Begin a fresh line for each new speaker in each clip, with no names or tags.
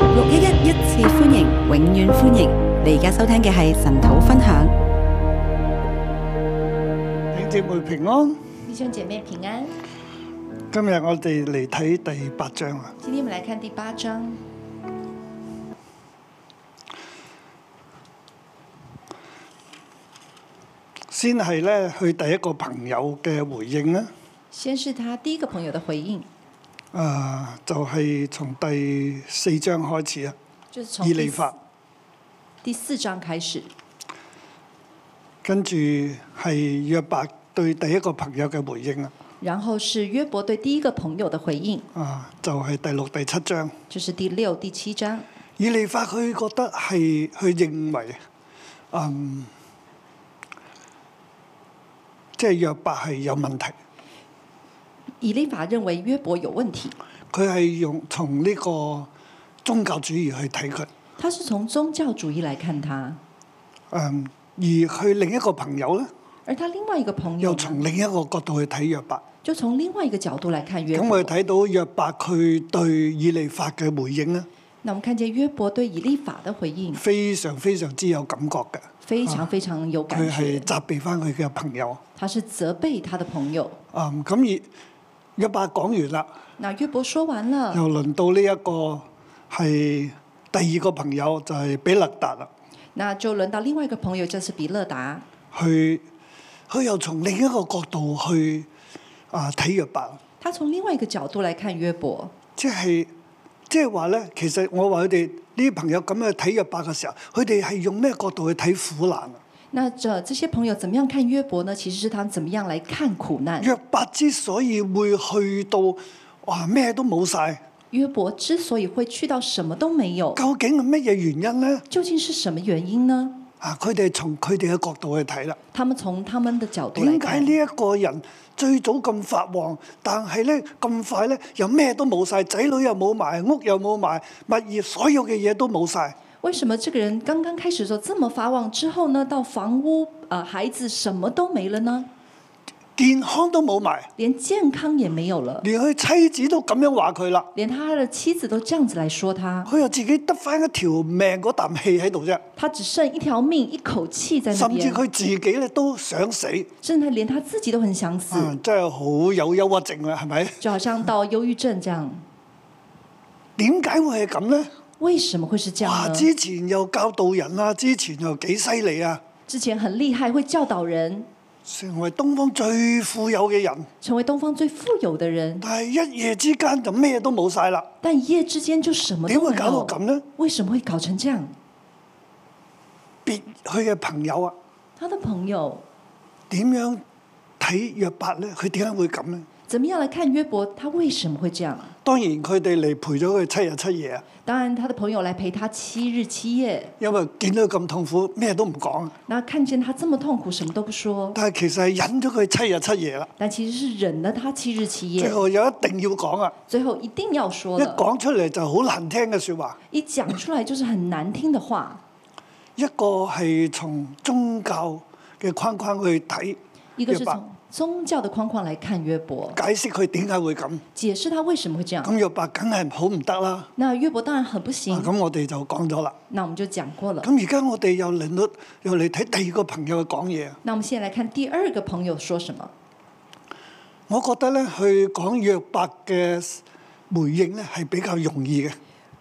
六一一一次歡迎，永遠歡迎！你而家收聽嘅係神土分享。
弟兄姊妹平安，
弟兄姐妹平安，
今日我哋嚟睇第八章啊。
今天我们来看第八章。
先係咧去第一個朋友嘅回應啦，
先是他第一个朋友的回应，
啊、就係、從第四章開始啊。
就是从
以
第
利
四
法，
第四章开始，
跟住係約伯對第一個朋友嘅回應啊。
然后是约伯对第一个朋友的回应，
啊，就係、第六、第七章。
就是第六、第七章。
以利法佢覺得係佢認為，嗯，即係約伯係有問題。
以利法认为约伯有问题，
佢係用從呢個宗教主義去睇佢。
他是从宗教主义来看他，
嗯，而佢另一個朋友咧，
而他另外一个朋友
又
呢
從另一個角度去睇約伯。
就从另外一个角度来看约
咁
伯
我哋。睇到約伯佢對以利法嘅回應咧，
那我们看见约伯对以利法的回应
非常非常之有感覺嘅。
非常非常有感
佢
觉，
係責備翻佢嘅朋友。
他是责备他的朋友。
嗯，咁而約伯講完啦，
那约伯说完了，
又輪到呢一個係第二個朋友就係比勒達啦。
那就轮到另外一个朋友，就是比勒达。
佢佢又從另一個角度去啊睇約伯。
他从另外一个角度来看约伯，
即係即係話咧，其實我話佢哋呢啲朋友咁樣睇約伯嘅時候，佢哋係用咩角度去睇苦難啊？
那这这些朋友怎么样看约伯呢？其实是他们怎么样来看苦
嗯
难。
約伯之所以會去到哇咩都冇晒，
约伯之所以会去到什么都没有，
究竟係乜嘢原因咧？
究竟是什么原因呢？
啊，佢哋從佢哋嘅角度去睇啦。
他们从他们的角度来
點解
看
呢，一個人最早咁發旺，但係咧咁快咧又咩都冇晒，仔女又冇埋，屋又冇埋，物業所有嘅嘢都冇晒。
为什么这个人刚刚开始的时候这么发旺，之后呢，到房屋呃孩子什么都没了呢？
健康都冇埋，
连健康也没有了，
連佢妻子都咁樣話佢啦。
连他的妻子都这样子来说他，
佢又自己得翻一條命嗰啖氣喺度啫，
他只剩一条命，一口气在那
甚至
边，
佢自己咧都想死，
甚至连他自己都很想死，
嗯
啊、真係好有憂鬱症啊啦，係咪？
就好像到忧郁症这样。
點解會係咁呢？
为什么会是这
哇！
样呢？
之前又教導人啊，之前又幾犀利啊，
之前很厉害，会教导人，
成為東方最富有嘅人，
成为东方最富有的人，
但係一夜之間就咩都冇晒啦。
但一夜之间就什么
點
都
會
没
搞到
有。
咁呢？
为什么会搞成这样？
別佢嘅朋友啊，
他的朋友
點樣睇約伯呢？佢點解會咁呢？
怎么样来看约伯？他为什么会这样？
當然佢哋嚟陪咗佢七日七夜啊，
当然，他的朋友来陪他七日七夜，
因為見到佢咁痛苦，咩都唔講啊。
那看见他这么痛苦，什么都不说，
但係其實係忍咗佢七日七夜啦，
但其实是忍了他七日七
最
夜，
後有一定要講啊！
最后一定要说
一
了，
講出嚟就好難聽嘅説話。
一讲出来就是很难听的话。
一個係從宗教嘅框框去睇
一个是
約伯
从宗教的框框来看约伯，
解釋佢點解會咁，
解释他为什么会这样。
咁約伯梗係好唔得啦。
那约伯当然很不行
啊，咁我哋就講咗啦。
那我们就讲过了。
咁而家我哋又輪到又嚟睇第二個朋友講嘢。啊
那我们现在来看第二个朋友说什么。
我覺得咧，佢講約伯嘅回應咧係比較容易嘅。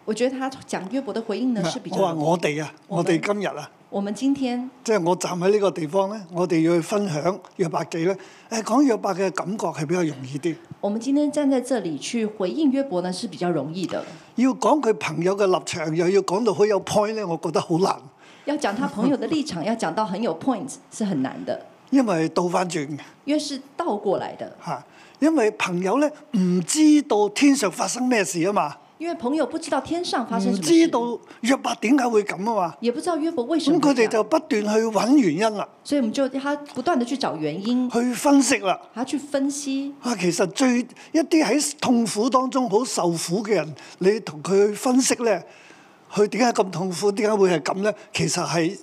我觉得他讲约伯的回应呢是比
我話
较，
我哋啊，
我
我哋
哋
今日啊。
我们今天
即係我站喺呢個地方咧，我哋要去分享約伯記咧。誒講約伯嘅感覺係比較容易啲，
我们今天站在这里去回應约伯呢是比较容易的，
要講佢朋友嘅立場，又要講到好有 point 咧，我覺得好難，
要讲他朋友的立场，要讲到很有 point 是很难的，
因為倒翻轉嘅
因为是倒過來的。
嚇。因為朋友咧唔知道天上發生咩事啊嘛，
因为朋友不知道天上發生
唔
什麼
知
事，
道約伯點解會咁啊嘛。
也不知道约伯為什
咁
麼
佢
會這
哋
樣
就不斷去揾原因啦，
所以我們就他不斷的去找原因，
去分析啦。
他去分析。
啊，其實最一啲喺痛苦當中好受苦嘅人，你同佢去分析咧，佢點解咁痛苦？點解會係咁咧？其實係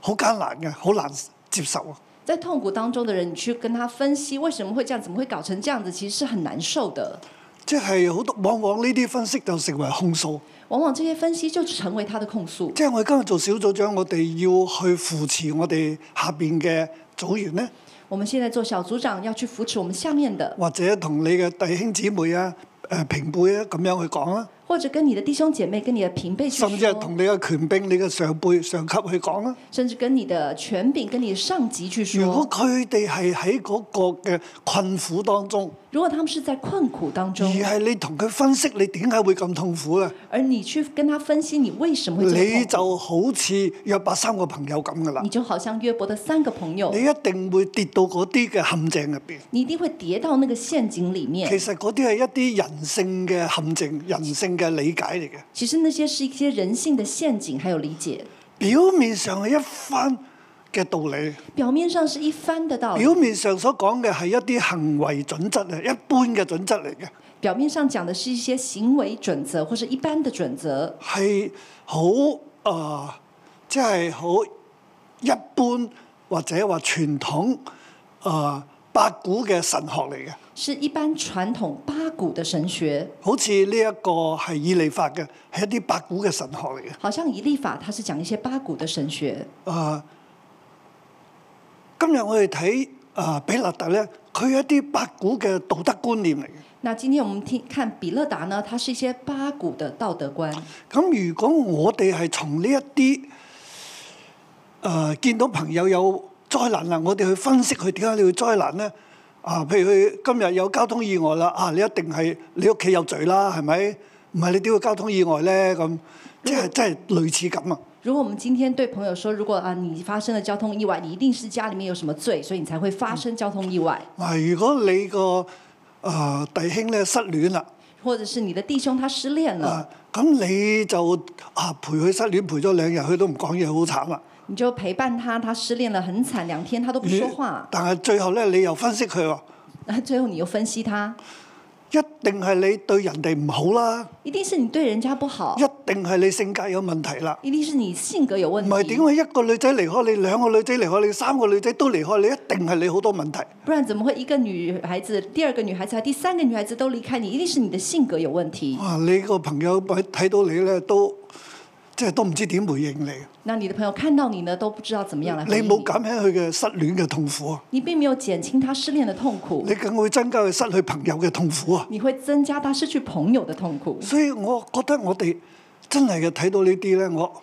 好艱難嘅，好難接受啊！
在痛苦當中的人，你去跟他分析為什麼會這樣，怎麼會搞成這樣子，其實是很難受的。即係好多往往呢啲分析就成為控訴。
往往这些分析就成為他的控訴。
即係我哋今日做小組長，我哋要去扶持我哋下邊嘅組員呢，
我們現在做小組長要去扶持我們下面的，
或者同你嘅弟兄姊妹啊、誒、平輩啊咁樣去講啦，
或者跟你的弟兄姐妹、跟你的平輩去
甚至係
說，
同你嘅權兵、你嘅上輩、上級去講啦。
甚至跟你的權柄、跟你的上級去
如果
說。
佢哋係喺嗰個嘅困苦當中，
如果他們是在困苦當
而
中，
係你同佢分析你點解會咁痛苦咧，
而你去跟他分析你為什麼會這麼
你
痛苦，
就好似約伯三個朋友咁噶啦
你，就好像約伯的三個朋友，
你一定會跌到嗰啲嘅陷阱入邊。
你一定會跌到那個陷阱裡
其
面。
實嗰啲係一啲人性嘅陷阱、人性嘅理解嚟嘅。
其實那些是一些人性的陷阱，還有理解。
表面上係一番嘅道理，
表面上是一番的道理，
表面上所講嘅係一啲行為準則啊，一般嘅準則嚟嘅，
表面上講的是一些行為準則或是一般的準則，
係好啊，即係好一般或者話傳統啊、八股嘅神學嚟嘅。
是一般傳統八股的神學。
好似呢一個係以利法嘅，係一啲八股嘅神學嚟嘅。
好像以立法，它是講一些八股的神學。
啊，今日我哋睇啊比勒特咧，佢有一啲八股嘅道德觀念嚟嘅。
那今天我們聽看比勒達呢，它是一些八股的道德觀。
咁如果我哋係從呢一啲誒見到朋友有災難啦，我哋去分析佢點解你會災難咧？啊，譬如佢今日有交通意外啦，啊，你一定係你屋企有罪啦，係咪？唔係你點會交通意外咧？咁即係即係類似咁啊！
如果我們今天對朋友說，如果啊你發生了交通意外，你一定是家裡面有什麼罪，所以你才會發生交通意外，
嗱，啊如果你個誒、呃弟兄咧失戀啦，
或者是你的弟兄他失戀了，
啊，咁你就啊陪佢失戀陪咗兩日，佢都唔講嘢，好慘啊啦！
你就陪伴他，他失戀了很慘，兩天他都不說話，
但係最後咧，你又分析佢話。
那最後你又分析他，
一定係你對人哋唔好啦，
一定是你對人家不好
一，定係你性格有問題啦。
一定是你性格有
唔
問
係點
題，
解一個女仔離開你，兩個女仔離開你，三個女仔都離開你，一定係你好多問題。
不然怎麼會一個女孩子、第二個女孩子、第三個女孩子都離開你？一定是你的性格有問題。
哇！你個朋友睇睇到你咧，都即係都唔知點回應你。
那你的朋友看到你呢，都不知道怎麼樣來回
你
應
冇減輕佢嘅失戀嘅痛苦，啊
你並沒有減輕他失戀的痛苦，
你更會增加佢失去朋友嘅痛苦啊！
你會增加他失去朋友的痛苦。
所以我覺得我哋真係嘅睇到呢啲咧，我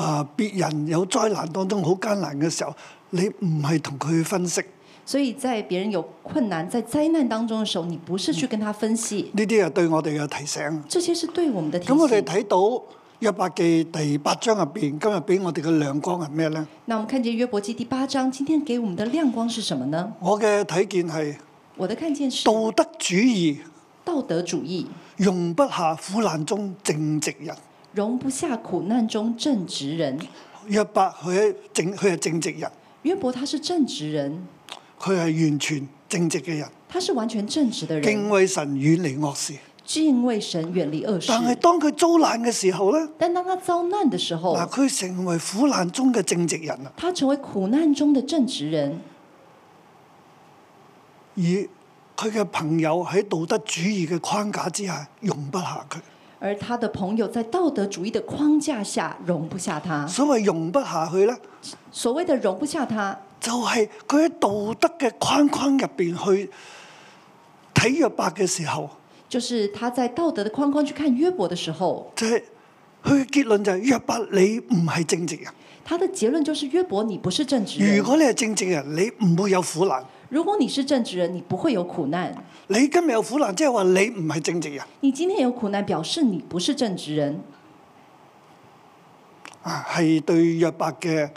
啊、別人有災難當中好艱難嘅時候，你唔係同佢去分析。
所以在別人有困難、在災難當中的時候，你不是去跟他分析，
呢啲係對我哋嘅提醒。
這些是對我們的提
咁我哋
醒。
睇到約伯記第八章入邊，今日俾我哋嘅亮光係咩呢？
那我們看見約伯記第八章，今天給我們的亮光是什麼呢？
我嘅睇見係
我的看見是
道德主義
道德主義
容不下苦難中正直人。
容不下苦難中正直人。
約伯佢係正，佢係正直人，
約伯他是正直人，
佢係完全正直嘅人，
他是完全正直的
敬
人，
畏神，遠離惡事。
敬畏神，遠離惡
但係
事。
當佢遭難嘅時候呢，
但當他遭難的時候，
嗱佢成為苦難中嘅正直人啦。啊
他成為苦難中的正直人，
而佢嘅朋友喺道德主義嘅框架之下，容不下佢。
而他的朋友在道德主義的框架下容不下他。
所謂容不下佢呢。
所謂的容不下他，
就係佢喺道德嘅框框入邊去睇約伯嘅時候，
就是他在道德的框框去看約伯的時候，
就係佢嘅結論就係約伯你唔係正直人，
他的結論就是約伯你不是正直人
如。果你係正直人，你唔會有苦難。
如果你是正直人，你不會有苦難。
你今日有苦難，即係話你唔係正直人
你今天有苦難，表示你不是正直人，
啊，係對約伯嘅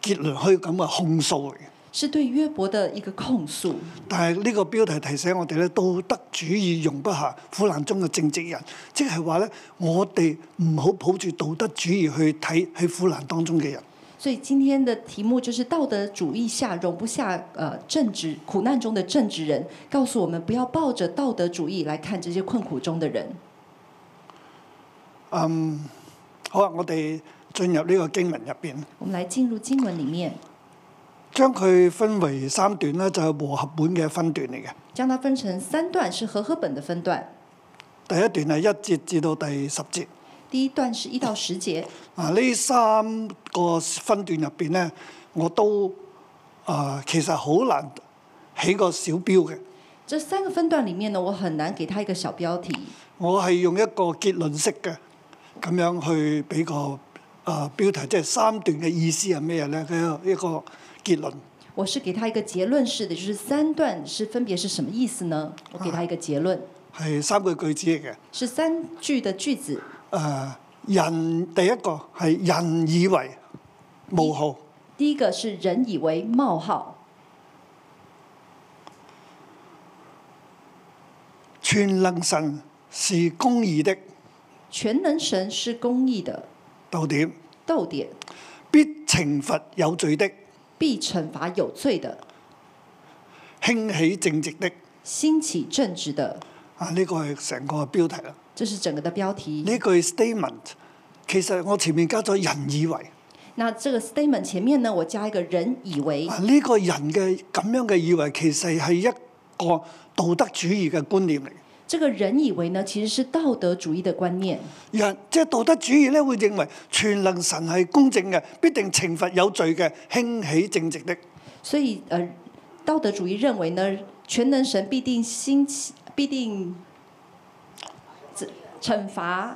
結論可以咁嘅控訴嚟嘅。
是對約伯的一個控訴。
但係呢個標題提醒我哋咧，道德主義容不下苦難中嘅正直人，即係話咧，我哋唔好抱住道德主義去睇喺苦難當中嘅人。
所以今天的題目就是道德主義下容不下呃正直苦難中的正直人，告訴我們不要抱着道德主義來看這些困苦中的人。
好啊！我哋進入呢個經文入邊，
我們來進入經文裡面，
將佢分為三段啦，就係、和合本嘅分段嚟嘅。
將它分成三段，是和合本的分段。
第一段係一節至到第十節。
第一段是一到十節，
啊，呢三個分段入邊咧，我都啊、其實好難起個小標嘅。
這三個分段裡面呢，我很難給它一個小標題，
我係用一個結論式嘅咁樣去俾個啊、標題，即係三段嘅意思係咩咧？佢有一個結論。
我是給它一個結論式的，就是三段是分別是什麼意思呢？我給它一個結論，
係三句句子嚟嘅。誒、
是三句的句子。
呃人第一個係人以為冒號，
第一個是人以為冒號，
全能神是公義的
全能神是公義的，
逗點，
逗點
必懲罰有罪的，
必懲罰有罪的，
興起正直的。
興起正直的，
啊，呢、個係成個標題啦。
這是整個的標題。
呢句 statement 其實我前面加咗人以為
那這個 statement 前面呢，我加一個人以為
啊，呢、個人嘅咁樣嘅以為其實係一個道德主義嘅觀念嚟。
這個人以為呢，其實是道德主義的觀念。
人即係道德主義咧，會認為全能神係公正嘅，必定懲罰有罪嘅，興起正直的。
所以呃，道德主義認為呢，全能神必定興起，必定自懲罰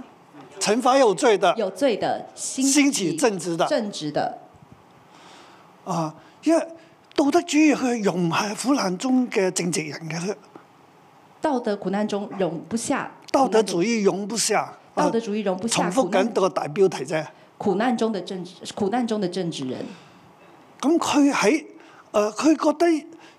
懲罰有罪的，
有罪的，興
興起正直的
正直的。
啊，因為道德主義佢容唔下苦難中嘅正直人嘅，佢
道德苦難中容不下
道
苦難
德
中
主義容不下。
道德主義容不下
啊
苦
重複
難
緊個大標題啫。
苦難中的政治苦難中的政治人，
咁佢喺誒，佢、覺得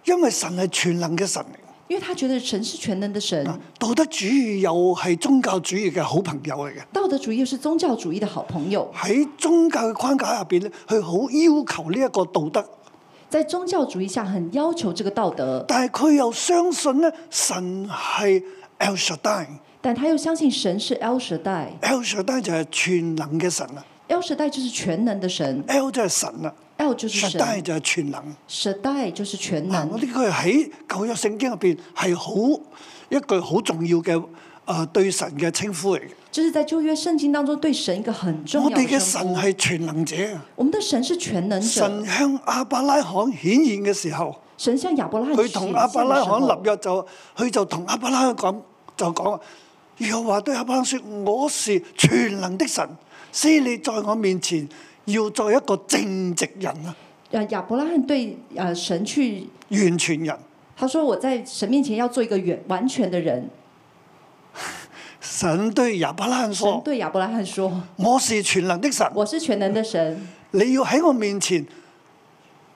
因為神係全能嘅神嚟，
因為他覺得神是全能的神，
道德主義又係宗教主義嘅好朋友嚟嘅。
道德主義又是宗教主義的好朋友。
喺宗教嘅框架入邊咧，佢好要求呢一個道德，
在宗教主義下很要求這個道德，
但係佢又相信咧，神係 El Shaddai，El
但他又相信神是 El Shaddai，El
Shaddai 就係全能嘅神啊
Shaddai 就是全能的神
，El 就係神啊
，El 就是
，Shaddai
神
就係全能。
，Shaddai 就是全
嗱，我
能。
呢個喺舊約聖經入邊係好一句好重要嘅誒、呃、對神嘅稱呼嚟嘅。
这是在舊約聖經當中對神一個很重
我
要的
哋嘅神
稱呼。
係全能者啊！
我們的神是全能者
神，向亞伯拉罕顯現嘅時候，
神向亞伯拉罕
佢同
顯
亞伯
現的
拉
時候
罕立約就，佢就同亞伯拉罕講就講，耶和華對亞伯拉罕說：我是全能的神，使你在我面前要做一個正直人啊，
呃，亞伯拉罕對呃神去，
完全人。
他說我在神面前要做一個完完全的人。
神對亞伯拉罕
神
說：
對亞伯拉罕說
我是全能的神：“，
我是全能的神，
你要喺我面前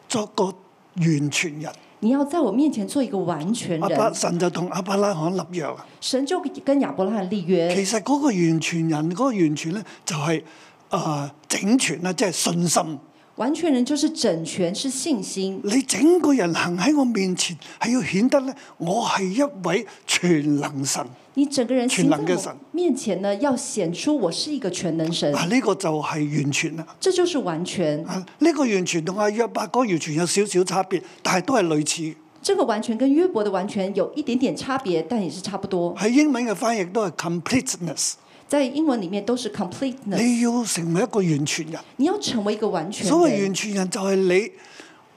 作個完全人。
你要在我面前做一個完全
阿伯
人。
神就同亞伯拉罕立約啊。”
神就跟亞伯拉罕立約
其。實嗰個完全人嗰、個完全咧，就係、呃整全啦，即係信心。
完全人就是整全，是信心。
你整個人行喺我面前，係要顯得咧，我係一位全能神。
你整個人行
全能
在
的
我
神
面前呢，要顯出我是一個全能神
啊，，呢、個就係完全啦。
這就是完全。
啊，呢、個完全同阿約伯嗰個完全有少少差別，但係都係類似。
這個完全跟約伯的完全有一點點差別，但也是差不多。
喺英文嘅翻譯都係 completeness。
在英文裡面都是 completeness。
你要成為一個完全人。
你要成為一個完全
所謂
人
完，全人就係你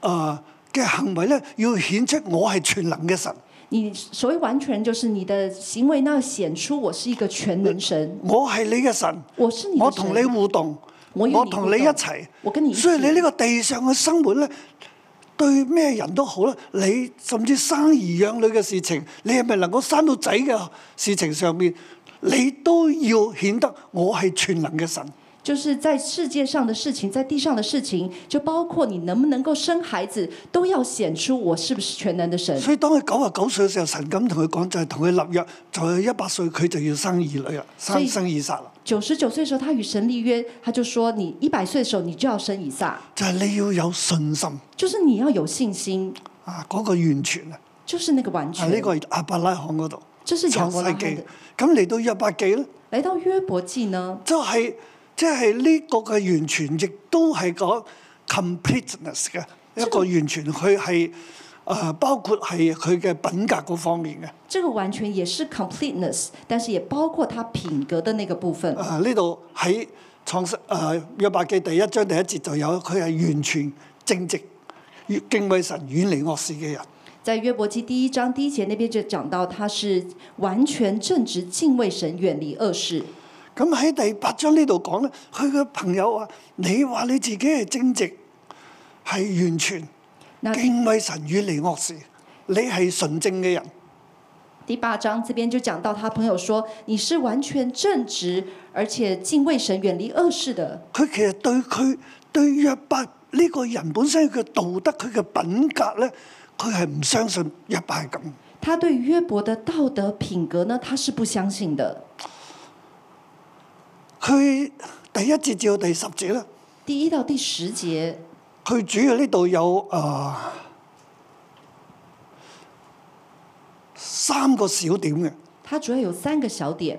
啊嘅、行為咧，要顯出我係全能嘅神。
你所謂完全人就是你的行為，那顯出我是一個全能神，
我係你嘅神。
我是你的
我
神
同你互動，
我與你
我同你一
互動
齊，
我跟你一起
所以你呢個地上嘅生活咧，對咩人都好啦，你甚至生兒養女嘅事情，你係咪能夠生到仔嘅事情上面，你都要顯得我係全能嘅神。
就是在世界上的事情，在地上的事情，就包括你能不能夠生孩子，都要顯出我是不是全能的神。
所以當佢九啊九歲嘅時候，神咁同佢講就係同佢立約，就係一百歲佢就要生兒女啦，啊
所
生
以
生以撒啦，
九十九歲的時候，他與神立約，他就說：你一百歲的時候，你就要生以撒，
就係、你要有信心
就是你要有信心，
啊，嗰、個完全啊，
就是那個完
啊
全。
呢、個係亞伯拉罕嗰度
這是亞
創
伯拉
世
罕
記
的。，
咁嚟到約伯記咧。
來到約伯記呢，
就係即係呢個嘅完全，亦都係講 completeness 嘅一個完全，佢係呃包括係佢嘅品格嗰方面嘅。
这个完全也是 completeness，但是也包括他品格的那个部分。
啊！呢度喺創世啊約伯記第一章第一節就有，佢係完全正直、越敬畏神、遠離惡事嘅人。
在约伯记第一章第一节那边就讲到，他是完全正直、敬畏神、远离恶事。
咁喺第八章呢度講咧，佢嘅朋友話：你話你自己係正直，係完全
那
敬畏神、遠離惡事，你係純正嘅人。
第八章这边就讲到，他朋友说：“你是完全正直，而且敬畏神、远离恶事的。
佢其實對佢對約伯呢個人本身佢嘅道德、佢嘅品格咧，佢係唔相信約伯係咁。”
他对约伯的道德品格呢，他是不相信的。
佢第一節至到第十節咧。
第一到第十节，
佢主要呢度有啊、三個小點嘅。
他主要有三个小點。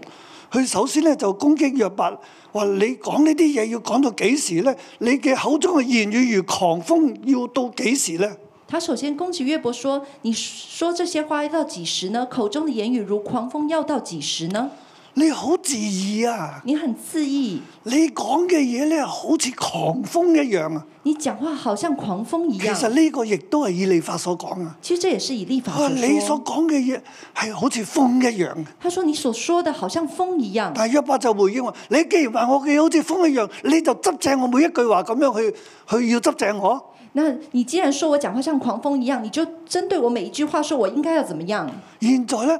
佢首先咧就攻擊約伯，話你講呢啲嘢要講到幾時咧？你嘅口中嘅言語如狂風，要到幾時咧？
他首先攻击约伯说：“你说这些话要到几时呢？口中的言语如狂风，要到几时呢？
你好自意啊！
你很自意，
你講嘅嘢咧好似狂風一樣啊！
你讲话好像狂風一
其
樣。
實呢個亦都係以利法所講啊。
其實這也是以立法
佢話啊你所
所說。
講嘅嘢係好似風一樣嘅。
他說：“你所說的好像風一樣。”
但係約伯就回應話：你既然話我嘅好似風一樣，你就執正我每一句話咁樣去去要執正我。
那你既然说我讲话像狂风一样，你就针对我每一句话说我应该要怎么样。
現在咧，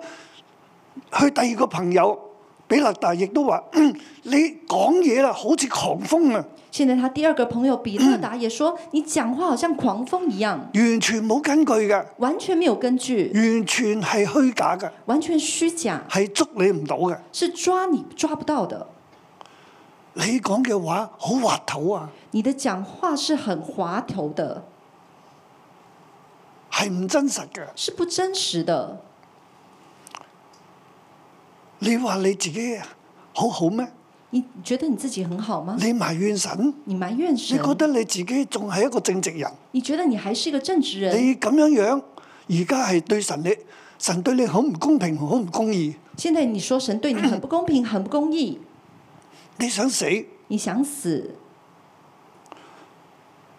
佢第二個朋友比勒達亦都話：嗯 你講嘢啦，好似狂風啊，
现在他第二个朋友比勒达也说，你讲话好像狂风一样，
完全冇根據嘅，
完全没有根据，
完全係虛假嘅，
完全虚假，
係捉你唔到嘅。
是抓你抓不到的。
你講嘅話好滑頭啊，
你的讲话是很滑头的，
係唔真實嘅。
是不真实的。
你話你自己好好咩？
你你觉得你自己很好吗？
你埋怨神，
你埋怨
你
神，
覺得你自己仲係一個正直人？
你觉得你还是一个正直人？
你咁樣樣，而家係對神你，神對你好唔公平，好唔公義。
现在你说神对你很不公平，很不公义，
你想死，
你想死，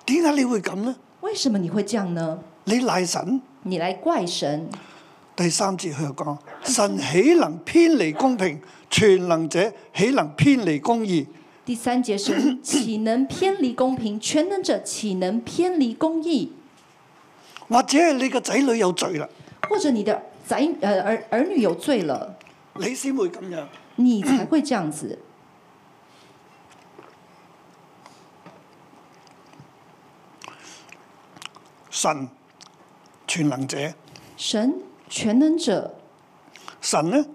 點解你會咁呢？
为什么你会这样呢？
你賴神。
你来怪神，
第三節佢又講：神岂能偏離公平？全能者岂能偏離公義？
第三节，神岂能偏离公平？全能者岂能偏离公义？
或者係你個仔女有罪啦，
或者你的仔呃儿儿女有罪了，
你先會咁樣。
你才会这样子。
神全能者，
神全能者，
神呢？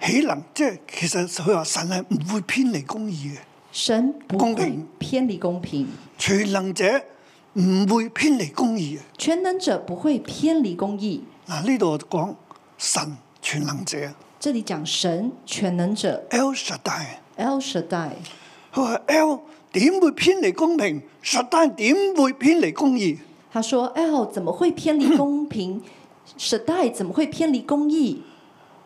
豈能即係其實佢話神係唔會偏離公義嘅，
神不
公
会
平
偏离公平，
全能者唔會偏離公義嘅。
全能者不会偏离公义。
嗱，呢度講神全能者
这里讲神全能者
El Shaddai，
El Shaddai，
佢話 El 點會偏離公平？Shaddai 點會偏離公義？
他说 El 怎么会偏离公平？Shaddai 怎么会偏离公义？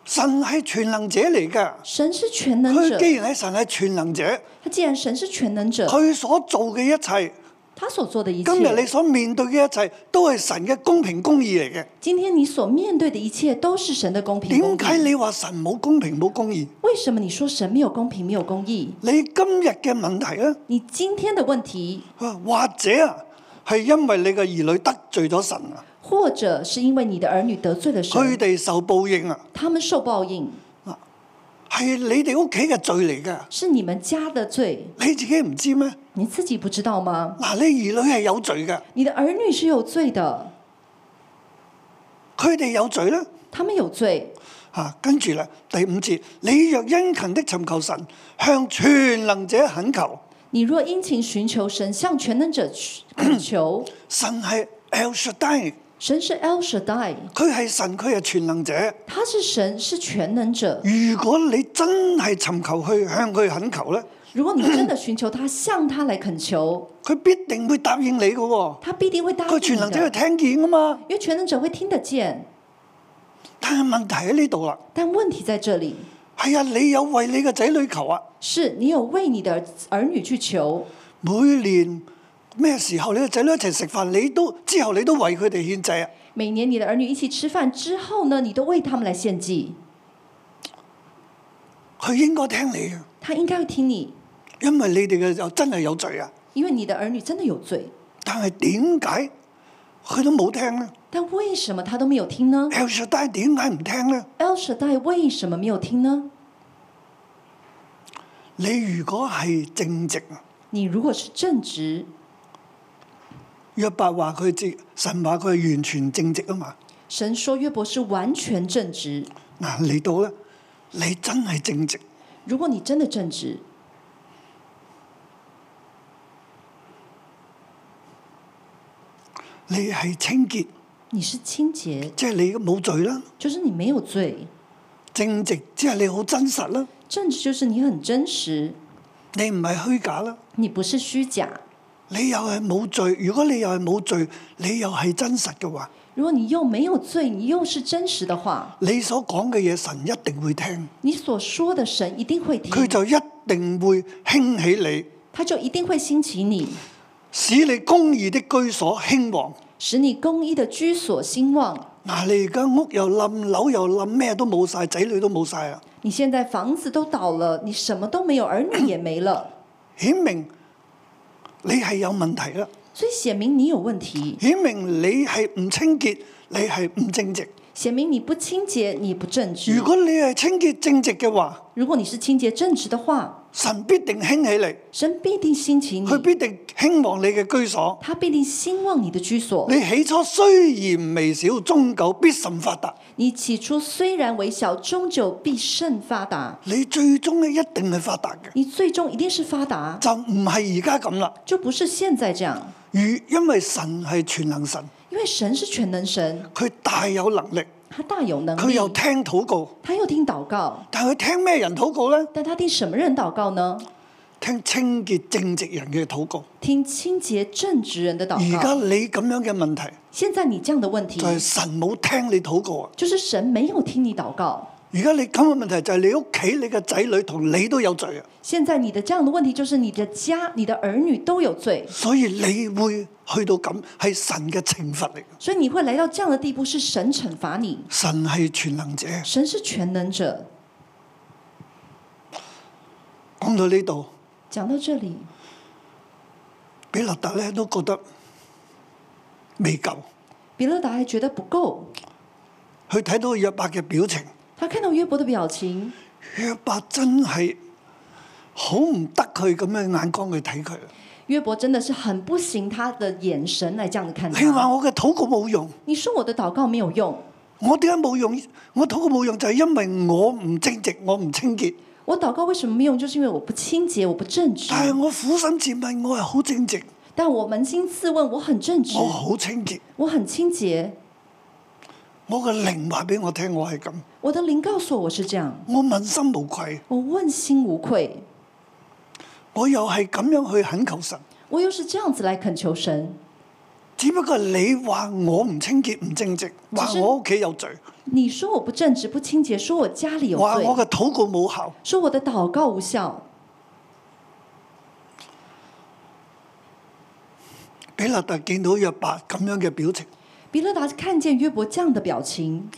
神係全能者嚟㗎，
神是全 能
佢
者，
既然係神係全能者，
他既然神是全能者，
佢所做嘅一切，
他所做的一切，
今日你所面對嘅一切，都係神嘅公平公義嚟嘅。
今天你所面对的一切都是神的公平公
點解
義。
你話神冇公平冇公義？
为什么你说神没有公平，没有公义？
你今日嘅問題咧，
你今天的问题，
佢話或者啊，係因為你嘅兒女得罪咗神啊，
或者是因为你的儿女得罪了
佢
神，
哋受報應啊，
他们受报应，
係你哋屋企嘅罪嚟㗎。
是你们家的罪，
你自己唔知咩？
你自己不知道吗？
嗱，你兒女係有罪嘅，
你的儿女是有罪的，
佢哋有罪啦。
他们有罪。
啊，跟住咧第五節，你若殷勤的尋求神，向全能者懇求，
你若殷勤寻求神，向全能者恳求，
神係 El Shaddai，
神是 El Shaddai，
佢係神，佢係全能者。
他是神，是全能者。
如果你真係尋求去向佢懇求咧，
如果你真的寻求他，向他来恳求，
佢必定會答應你嘅喎。
他必定会答应
佢
你
全能者
的
佢，聽見啊嘛。
因为全能者会听得见。
但係問題喺呢度啦。
但问题在这里，
係啊，你有為你嘅仔女求啊？
是你有为你的儿女去求，
每年咩時候你嘅仔女一齊食飯，你都之後你都為佢哋獻祭啊？
每年你的儿女一起吃饭之后呢，你都为他们来献祭，
佢應該聽你啊，
他应该要听你，
因為你哋嘅又真係有罪啊。
因为你的儿女真的有罪。
但係點解佢都冇聽呢
但为什么他都没有听呢
e l s h a d d 點解唔聽呢？
？El Shaddai 为什么没有听呢？
你如果係正直，啊
你如果是正直，
約伯話佢自神話佢係完全正直啊嘛。
神说约伯是完全正直。
嗱嚟到咧，你真係正直，
如果你真的正直，
你係清潔，
你是清洁，
即係你冇罪啦。
就是你没有罪；
正直即係你好真實啦，
正直就是你很真实，
你唔係虛假啦。
你不是虚假。
你又係冇罪，如果你又係冇罪，你又係真實嘅話，
如果你又没有罪，你又是真实的话，
你所講嘅嘢神一定會聽，
你所说的神一定会听，
佢就一定會興起你，
他就一定会兴起你，
使你公義的居所興旺。
使你公义的居所兴旺。
嗱，你而家屋又冧，樓又冧，咩都冇晒，仔女都冇晒啊啦，
你现在房子都倒了，你什么都没有，儿女也没了，
顯明你係有問題啦，
所以显明你有问题，
顯明你係唔清潔，你係唔正直。
显明你不清洁，你不正直
如。果你係清潔正直嘅話，
如果你是清洁正直的话，
神必定興起
神必定兴
你，
起你，
佢必定興旺你嘅居所。
他必定兴旺你的居所。
你起初雖然微小，終究必甚發達。
你起初虽然微小，终究必甚发达。
你最終咧一定係發達嘅，
你最终一定是发达，
就唔係而家咁啦。
就不是现在这样。
如因為神係全能神，
因为神是全能神，
佢大有能力，
他大有能
佢
力，
又聽禱告，
他又听祷告，
但係佢聽咩人禱告呢？
但他听什么人祷告呢？
聽清潔正直人嘅禱告。
听清洁正直人的祷
而家
告。
你咁樣嘅問題，
现在你这样的问题
就，係神冇聽你禱告啊！
就是神沒有听你祷告。
而家你咁嘅問題就係你屋企你嘅仔女同你都有罪啊，
现在你的这样的问题就是你的家、你的儿女都有罪，
所以你會去到咁係神嘅懲罰嚟嘅。
所以你会来到这样的地步，是神惩罚你。
神係全能者。
神是全能者。
講到呢度。
讲到这里，
比勒達咧都覺得未夠，
比勒达还觉得不够，
佢睇到約伯嘅表情，
他看到约伯的表情，
約伯真係好唔得佢咁嘅眼光去睇佢。啊
约伯真的是很不行，他的眼神来这样的看
你話
他。
哎我嘅禱告冇用，
你说我的祷告没有用，
我點解冇用？我禱告冇用就係因為我唔正直，我唔清潔。
我祷告为什么没用？就是因为我不清洁，我不正直。
但係我苦心自問，我係好正直，
但我扪心自问，我很正直，
我好清潔。
我很清洁，
我嘅靈話俾我聽，我係咁，
我的灵告诉我我是这样，
我問心無愧，
我问心无愧。
我又係咁樣去懇求神。
我又是这样子来恳求神，
只不過你話我唔清潔、唔正直，話
只是
我屋企有罪，
你说我不正直、不清洁，说我家里有
話
罪，
我嘅禱告冇效。
说我的祷告无效。
比勒特見到約伯咁樣嘅表情，
比勒达看见约伯这样的表情，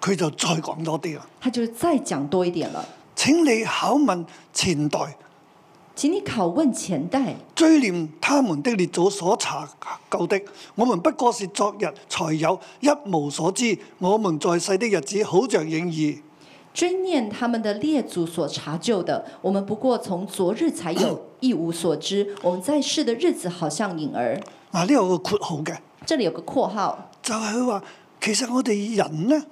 佢就再講多啲啦。
他就再讲多一点了。
請你考問前代，
请你拷问前代，
追念他們的列祖所查究的，我們不過是昨日才有，一無所知。我們在世的日子好像影兒，
追念他们的列祖所查究的，我们不过从昨日才有，一无 所知。我们在世的日子好像影儿。
嗱，呢有個括號嘅，
这里有个括号，
就係佢話其實我哋人呢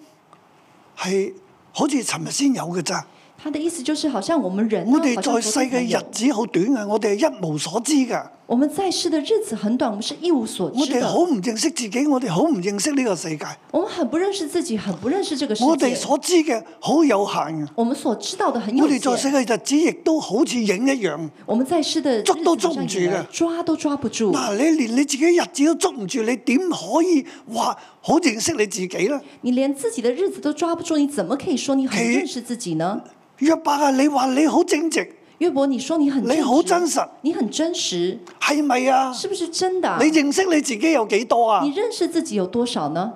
係好似尋日先有嘅咋。
他的意思就是好像我们人呢，啊
我哋
好像
在
昨
世
天才
嘅
有
啊日子好短嘅，我哋係一無所知㗎。
我们在世的日子很短，我们是一无所
我
知
哋好
的。
唔認識自己，我哋好唔認識呢個世界，
我们很不认识自己，很不认识这个世
我哋
界。
所知嘅好有限嘅。
我们所知道的很有
我哋在世
限。
嘅日子亦都好似影一樣。
我们在世的日子
捉都捉唔
好像
住
影儿
嘅
抓都抓不住。
嗱，你連你自己日子都捉唔住，你點可以話好認識你自己呢？
你连自己的日子都抓不住，你怎么可以说你很
其
认识自己呢？
約伯啊，你話你好正直，
约伯，你说你很
你
正
好
直
真實，
你很真實，
係咪啊？
是不是真的啊、
你認識你自己有幾多啊
你？认识自己有多少呢？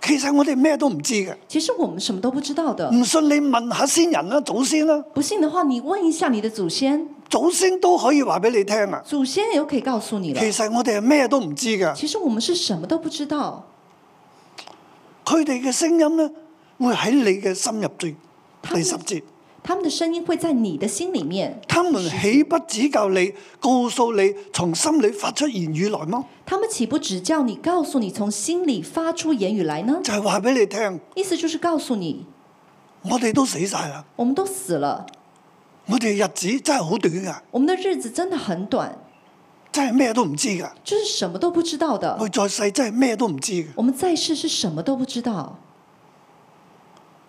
其實我哋咩都唔知嘅，
其實我们什么都不知道的。
唔信你問下先人啦、祖先啦、
不信的話，你問一下你的祖先，
祖先都可以話俾你聽啊。
祖先也可以告訴你了。
其實我哋係咩都唔知嘅，
其實我們是什麼都不知道，
佢哋嘅聲音呢，會喺你嘅心入邊。第
他們
十節，
他們的聲音會在你的心裡面，
他們岂不指教你，告訴你從心裏發出言語來嗎？
他們豈不指教你，告訴你從心裡發出言語來呢？
就係話俾你聽，
意思就是告訴你，
我哋都死晒啦，
我們都死了，
我哋日子真係好短噶，
我們的日子真的很短，
真係咩都唔知噶。
就是什麼都不知道的。
我在世真係咩都唔知嘅。
我們在世是什麼都不知道。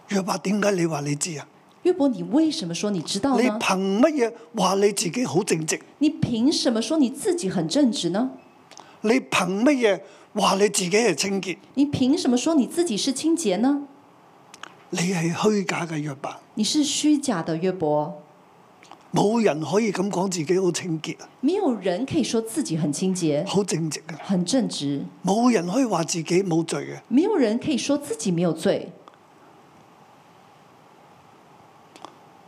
約伯點解你話你知啊？
約伯，你為什麼說你知道
你
呢？
憑乜嘢話你自己好正直？
你憑什麼說你自己很正直呢？
你憑乜嘢話你自己係清潔？
你憑什麼說你自己是清潔呢？
你係虛假嘅約伯，
你是虛假的，約伯。
冇人可以咁講自己好清潔啊，
没有人可以说自己很清潔、
好正直嘅，
很正直，
冇人可以話自己冇罪嘅。
没有人可以说自己沒有罪。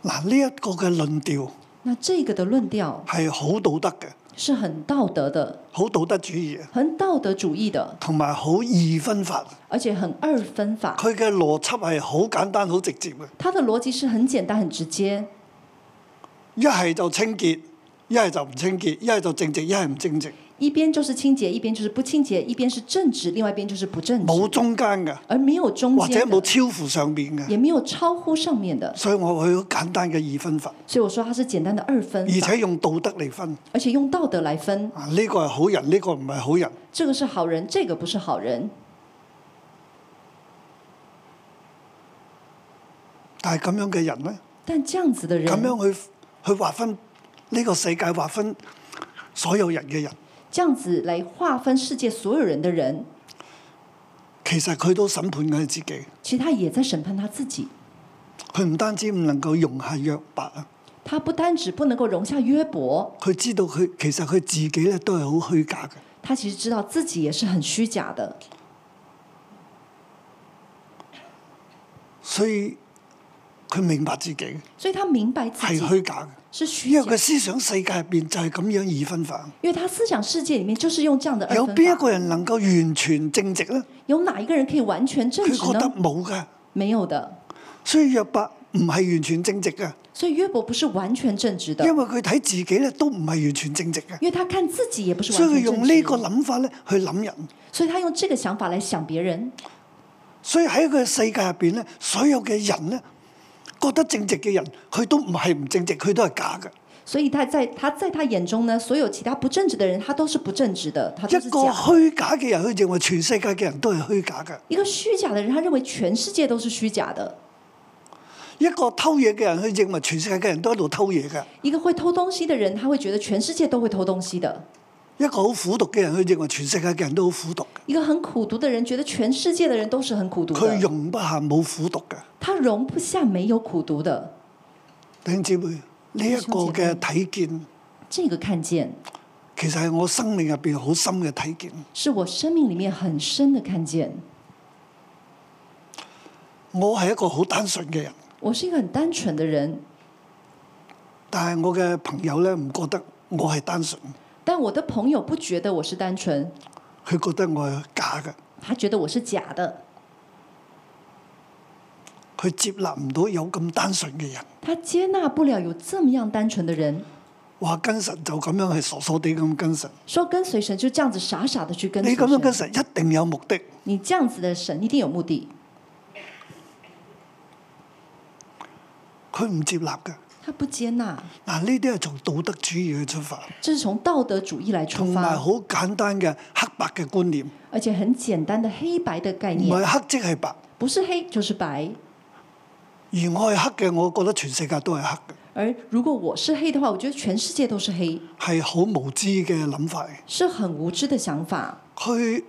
嗱，呢一個嘅論調
那这個的論調
係好道德嘅，
是很道德的、
好道德主義嘅，
很道德主義的，
同埋好二分法。
而且很二分法。
佢嘅邏輯係好簡單、好直接嘅，
它的邏輯是很簡單、很直接，
一係就清潔，一係就唔清潔，一係就正直，一係唔正直，
一邊就是清潔，一邊就是不清潔，一邊是正直，另外一邊就是不正
冇
直，
嗯中間嘅，
而沒有中
或者
間
冇
的，
超乎上面嘅。
也沒有超乎上面的。
所以我會好簡單嘅二分法，
所以我說它是簡單的二分
而
法，
且用道德嚟分。
而且用道德來分，
啊，呢、個係好人，呢、個唔係好人。
這個是好人，這個不是好人。
但係咁樣嘅人呢，
但這樣子的人，
咁樣去去劃分呢、個世界，劃分所有人嘅人，
这样子来划分世界所有人的人，
其實佢都審判緊自己。
其实他也在审判他自己。
佢唔單止唔能夠容下約伯啊，
他不单只不能够容下约伯，
佢知道佢其實佢自己咧都係好虛假嘅。
他其实知道自己也是很虚假的。
所以佢明白自己
所以他明白自
係
己
虛假嘅，
是
因
虚
為
假
佢，思想世界入邊就係咁樣二分法。
因为他思想世界里面就是用这样的二
有
分
邊一
法。
個人能夠完全正直呢？
有哪一个人可以完全正
佢
直
覺得
呢？
冇㗎，
没有的。
所以約伯唔係完全正直嘅，
所以约伯不是完全正直的，
因
因
為佢睇自己咧都唔係完全正直嘅，
为他看自己也不是
所以
完
佢
全
用
正
呢個
直。
諗法咧去諗人。
所以他用这个想法来想别人，
所以喺佢嘅世界入邊咧，所有嘅人咧覺得正直嘅人，佢都唔係唔正直，佢都係假嘅。
所以他在他在他眼中呢，所有其他不正直的人，他都是不正直的，他都
一
是
個
假的。
虛假嘅人，佢認為全世界嘅人都係虛假嘅；
一个虚假的人，他认为全世界都是虚假的；
一個偷嘢嘅人，佢認為全世界嘅人都喺度偷嘢嘅；
一个会偷东西的人，他会觉得全世界都会偷東西的；
一個好苦毒嘅人，佢認為全世界嘅人都好苦毒嘅。
一个很苦毒的人，觉得全世界的人都是很苦毒
佢
的。
容不下冇苦毒嘅。
他容不下没有苦毒的
弟兄姊妹，呢、一個嘅睇見，
这个看見，
其實係我生命入邊好深嘅睇見。
是我生命里面很深的看見。
我係一個好單純嘅人，
我是一個很單純的人，
但係我嘅朋友咧唔覺得我係單純，
但我的朋友不覺得我是單純，
佢覺得我係假嘅，
他覺得我是假的，
佢接納唔到有咁單純嘅人。
他接納不了有這麼樣單純的人，
話跟神就咁樣係傻傻地咁跟神，
說跟隨神就這樣子傻傻的去跟
你咁樣
隨
哎跟
神，
神一定有目的。
你這樣子的神一定有目的。
佢唔接納嘅，
他不接纳，
嗱，呢啲係從道德主義去出發，
这是从道德主义来出
同埋
发，
好簡單嘅黑白嘅觀念，
而且很简单的黑白的概
唔
念，
係黑即係白。
不是黑就是白。
而我係黑嘅，我覺得全世界都係黑嘅，
而如果我是黑的话，我觉得全世界都是黑，
係好無知嘅諗法。
是很无知的想法。
佢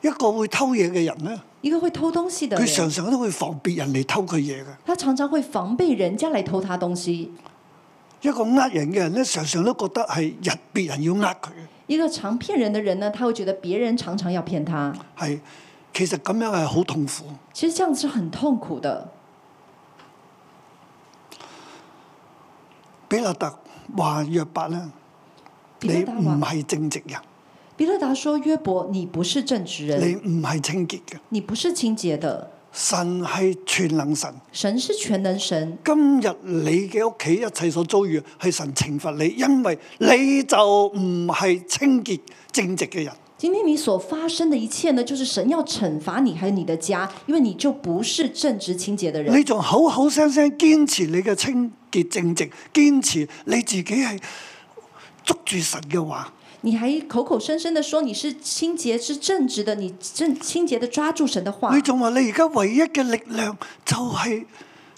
一個會偷嘢嘅人咧，
一个会偷东西的
佢常
人，
常都會防別人嚟偷佢嘢嘅。
他常常会防备人家来偷他东西；
一個呃人嘅人咧，常常都覺得係人別人要呃佢嘅，
一个常骗人的人呢，他会觉得别人常常要骗他。
係其實咁樣係好痛苦。
其实这样子是很痛苦的。
比勒特話約伯咧，
彼
你
得达
唔
话，
係正直人，
彼得达说：“约伯，你不是正直人，
你唔係清潔嘅。
你不是清洁的。
神係全能神，
神是全能神，
今日你嘅屋企一切所遭遇係神懲罰你，因為你就唔係清潔正直嘅人。
今天你所发生的一切呢，就是神要惩罚你还有你的家，因为你就不是正直清洁的人。
你仲口口聲聲堅持你嘅清潔正直，堅持你自己係捉住神嘅話，
你还口口声声的说你是清洁是正直的，你正清洁的抓住神的话
你，仲話你而家唯一嘅力量就係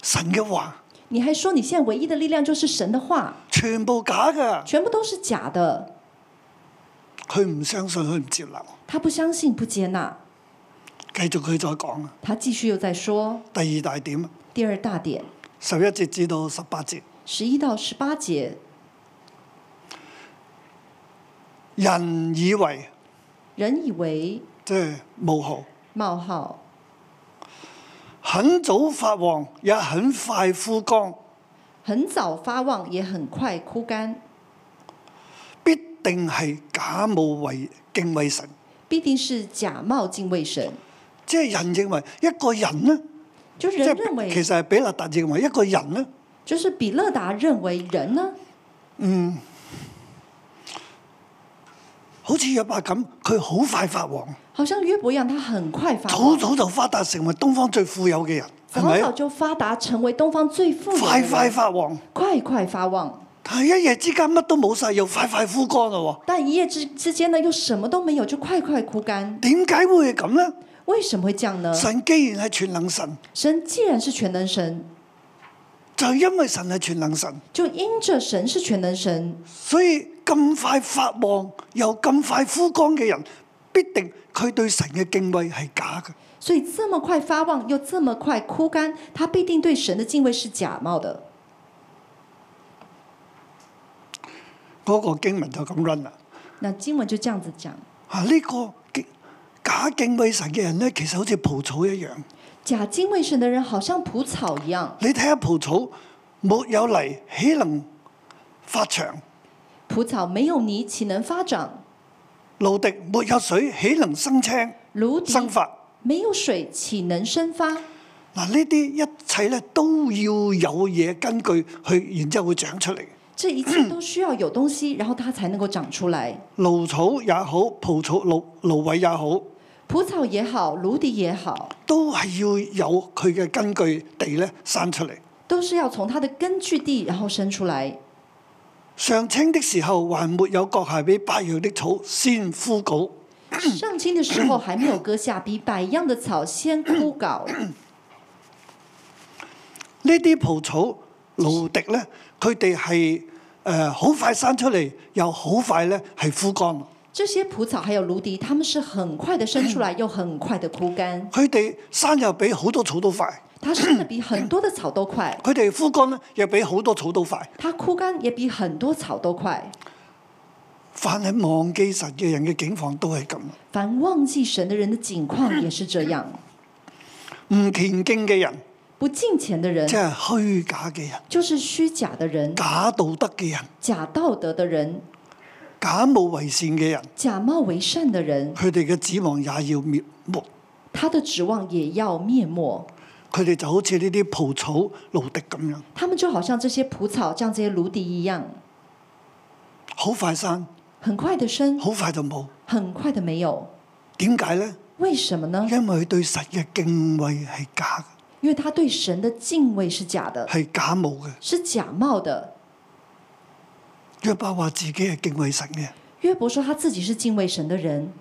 神嘅話，
你还说你现在唯一的力量就是神的话，
全部假㗎。
全部都是假的。
佢唔相信，佢唔接納。
他不相信，不接纳。
繼續佢再講啊。
他繼续又在说
第二大點，啊
第二大点，
十一節至到十八節，
十一到十八节，
人以為
人以为
即係冇號。
冒号
很早發旺，也很快枯乾，
很早发旺，也很快枯干，
必定係假冒為敬畏神。
必定是假冒敬畏神。
即係人認為一個人呢，
就
即
人认
係其
为，
實係比勒達認為一個人呢，
就是比勒达认为人呢，
好似約伯咁，佢好快發旺，
好像约伯一样，他很快发
早
旺，
早就發達成為東方最富有嘅人，係
早早
咪？
就发达，成为东方最富有的
快
人
快發旺，
快快发旺，
但係一夜之間乜都冇晒，又快快枯乾咯
但一夜之之间呢，又什么都没有，就快快枯干
喎。。點解會係咁呢？
为什么会这样呢？
神既然係全能神，
神既然是全能神，
就係因為神係全能神，
就因着神是全能神，
所以咁快發旺又咁快枯乾嘅人，必定佢對神嘅敬畏係假嘅。
所以这么快发旺又这么快枯干，他必定对神的敬畏是假冒的。
嗰、個經文就咁 run 啦。
那经文就这样子讲，
啊，呢、個敬假敬畏神嘅人咧，其實好似蒲草一樣。
假敬畏神的人好像蒲草一样，
你睇下蒲草，沒有泥，岂能發長？
蒲草没有泥岂能发长？
露滴沒有水，豈能生青
芦笛
生發？
没有水岂能生发？
嗱，呢啲一切咧都要有嘢根據去，然之後會長出嚟。
这一切都需要有东西，然后它才能够长出来。
蘆草也好，蒲草蘆蘆葦也好，
蒲草也好，芦笛也好，
都係要有佢嘅根據地咧生出嚟。
都是要从它的根据地然后生出來。
上青的時候還沒有割下，比百樣的草先枯槁。
上青的时候还没有割下，比百样的草先枯槁。
呢啲蒲草蘆荻咧，佢哋係誒好快生出嚟，又好快咧係枯乾。
这些蒲草还有芦荻，它们是很快的生出来，又很快的枯干。
佢哋生又比好多草都快，
它生的比很多的草都快，
佢哋枯乾咧又比好多草都快。
它枯干也比很多草都快。
凡係忘記神嘅人嘅境況都係咁，
凡忘记神的人的境况也是这样。
唔虔敬嘅人，
不敬虔的人
即係虛假嘅人、
就是虚假的人、
假道德嘅人、
假道德的人、
假冒為善嘅人，
假冒为善的人，
佢哋嘅指望也要滅沒。
他的指望也要灭没。
佢哋就好似呢啲蒲草蘆荻咁樣，
他们就好像这些蒲草，像这些芦荻一样，
好快生，
很快的生，
好快就冇。
很快的没有。
點解呢？
为什么呢？
因為佢對神嘅敬畏係假嘅，
因为他对神的敬畏是假的，
係假冒嘅。
是假冒的。
約伯話自己係敬畏神嘅，
约伯说他自己是敬畏神的人，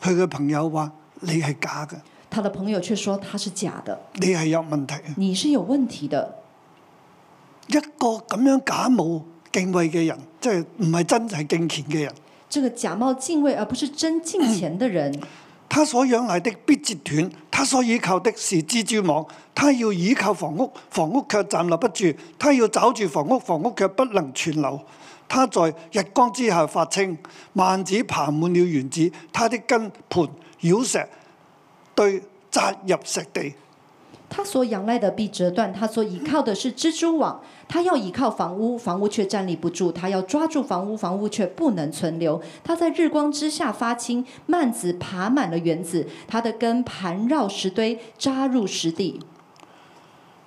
佢嘅朋友話你係假嘅，
他的朋友却说他是假的，
你係有問題嘅。
你是有問題的。
一個咁樣假冒敬畏嘅人，即係唔係真係敬虔嘅人，
这个假冒敬畏而不是真敬虔的人，
他所仰賴的必折斷，他所倚靠的是蜘蛛網。他要倚靠房屋，房屋卻站立不住；他要找住房屋，房屋卻不能存留。他在日光之下發青，蔓子爬滿了園子，他的根盤繞石，對扎入石地。
他所仰赖的必折断，他所倚靠的是蜘蛛网。他要倚靠房屋，房屋却站立不住；他要抓住房屋，房屋却不能存留。他在日光之下发青，蔓子爬满了园子，他的根盘绕石堆，扎入石底。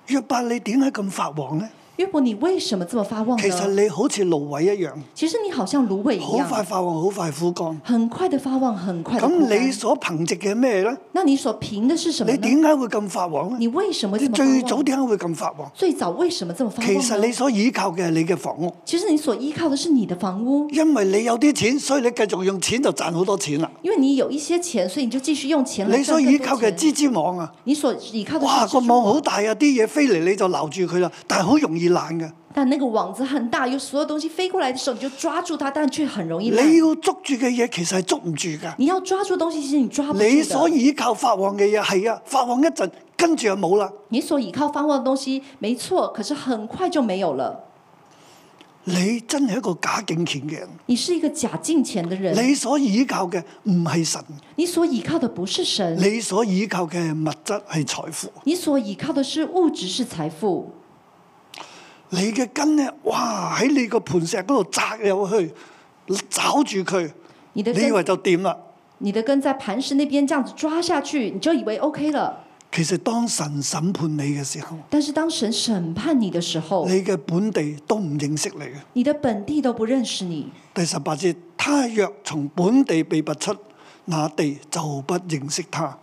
約伯，你點解咁發旺呢？
约伯，你为什么这么发旺
其實
呢？
你好似蘆葦一樣，
其實你好像芦哦苇一
好快
樣，
發旺，好快枯乾。
很快的发旺，很快的枯
咁
干
你。所憑藉嘅咩呢？
那你所凭的是什么
你
呢？
點解會咁發旺呢？
你为什么
你
这么发旺
最早點解會咁發旺？
最早为什么这么发旺
其
呢？
實你所依靠嘅係你嘅房屋，
其实你所依靠的是你的房屋，
因為你有啲錢，所以你繼續用錢就賺好多錢啦。
因为你有一些錢，所以你就繼續用錢來
你所
賺
依
更
靠
多
嘅
錢。
蜘蛛網啊，
你所依靠的
哇
是
個
蜘蛛
網好大啊，啲嘢飛嚟你就撈住佢啦，但係好容易爛嘅。
但那個網子很大，有所有東西飛過來的時候，你就抓住它，但卻很容易
你
爛。
要捉住嘅嘢其實係捉唔住㗎。
你要抓住東西，其實你抓不住的。
你所依靠發旺嘅嘢係啊，發旺一陣跟住就冇啦。
你所倚靠發旺的東西，沒錯，可是很快就沒有了。
你真係一個假敬虔嘅人，
你是一個假敬虔的人，
你所依靠嘅唔係神，
你所倚靠的不是神，
你所依靠嘅係物質係財富。
你所倚靠的是物質，是財富。
你嘅根咧，哇喺你個盤石嗰度扎入去，找住佢，
你的
你以為
根，
就掂啦。
你的根在磐石那邊這樣子抓下去，你就以為 OK 了。
其實當神審判你嘅時候，
但是當神審判你的時候，
你嘅本地都唔認識你嘅。
你的本地都不認識你。
第十八節，他若從本地被拔出，那地就不認識他，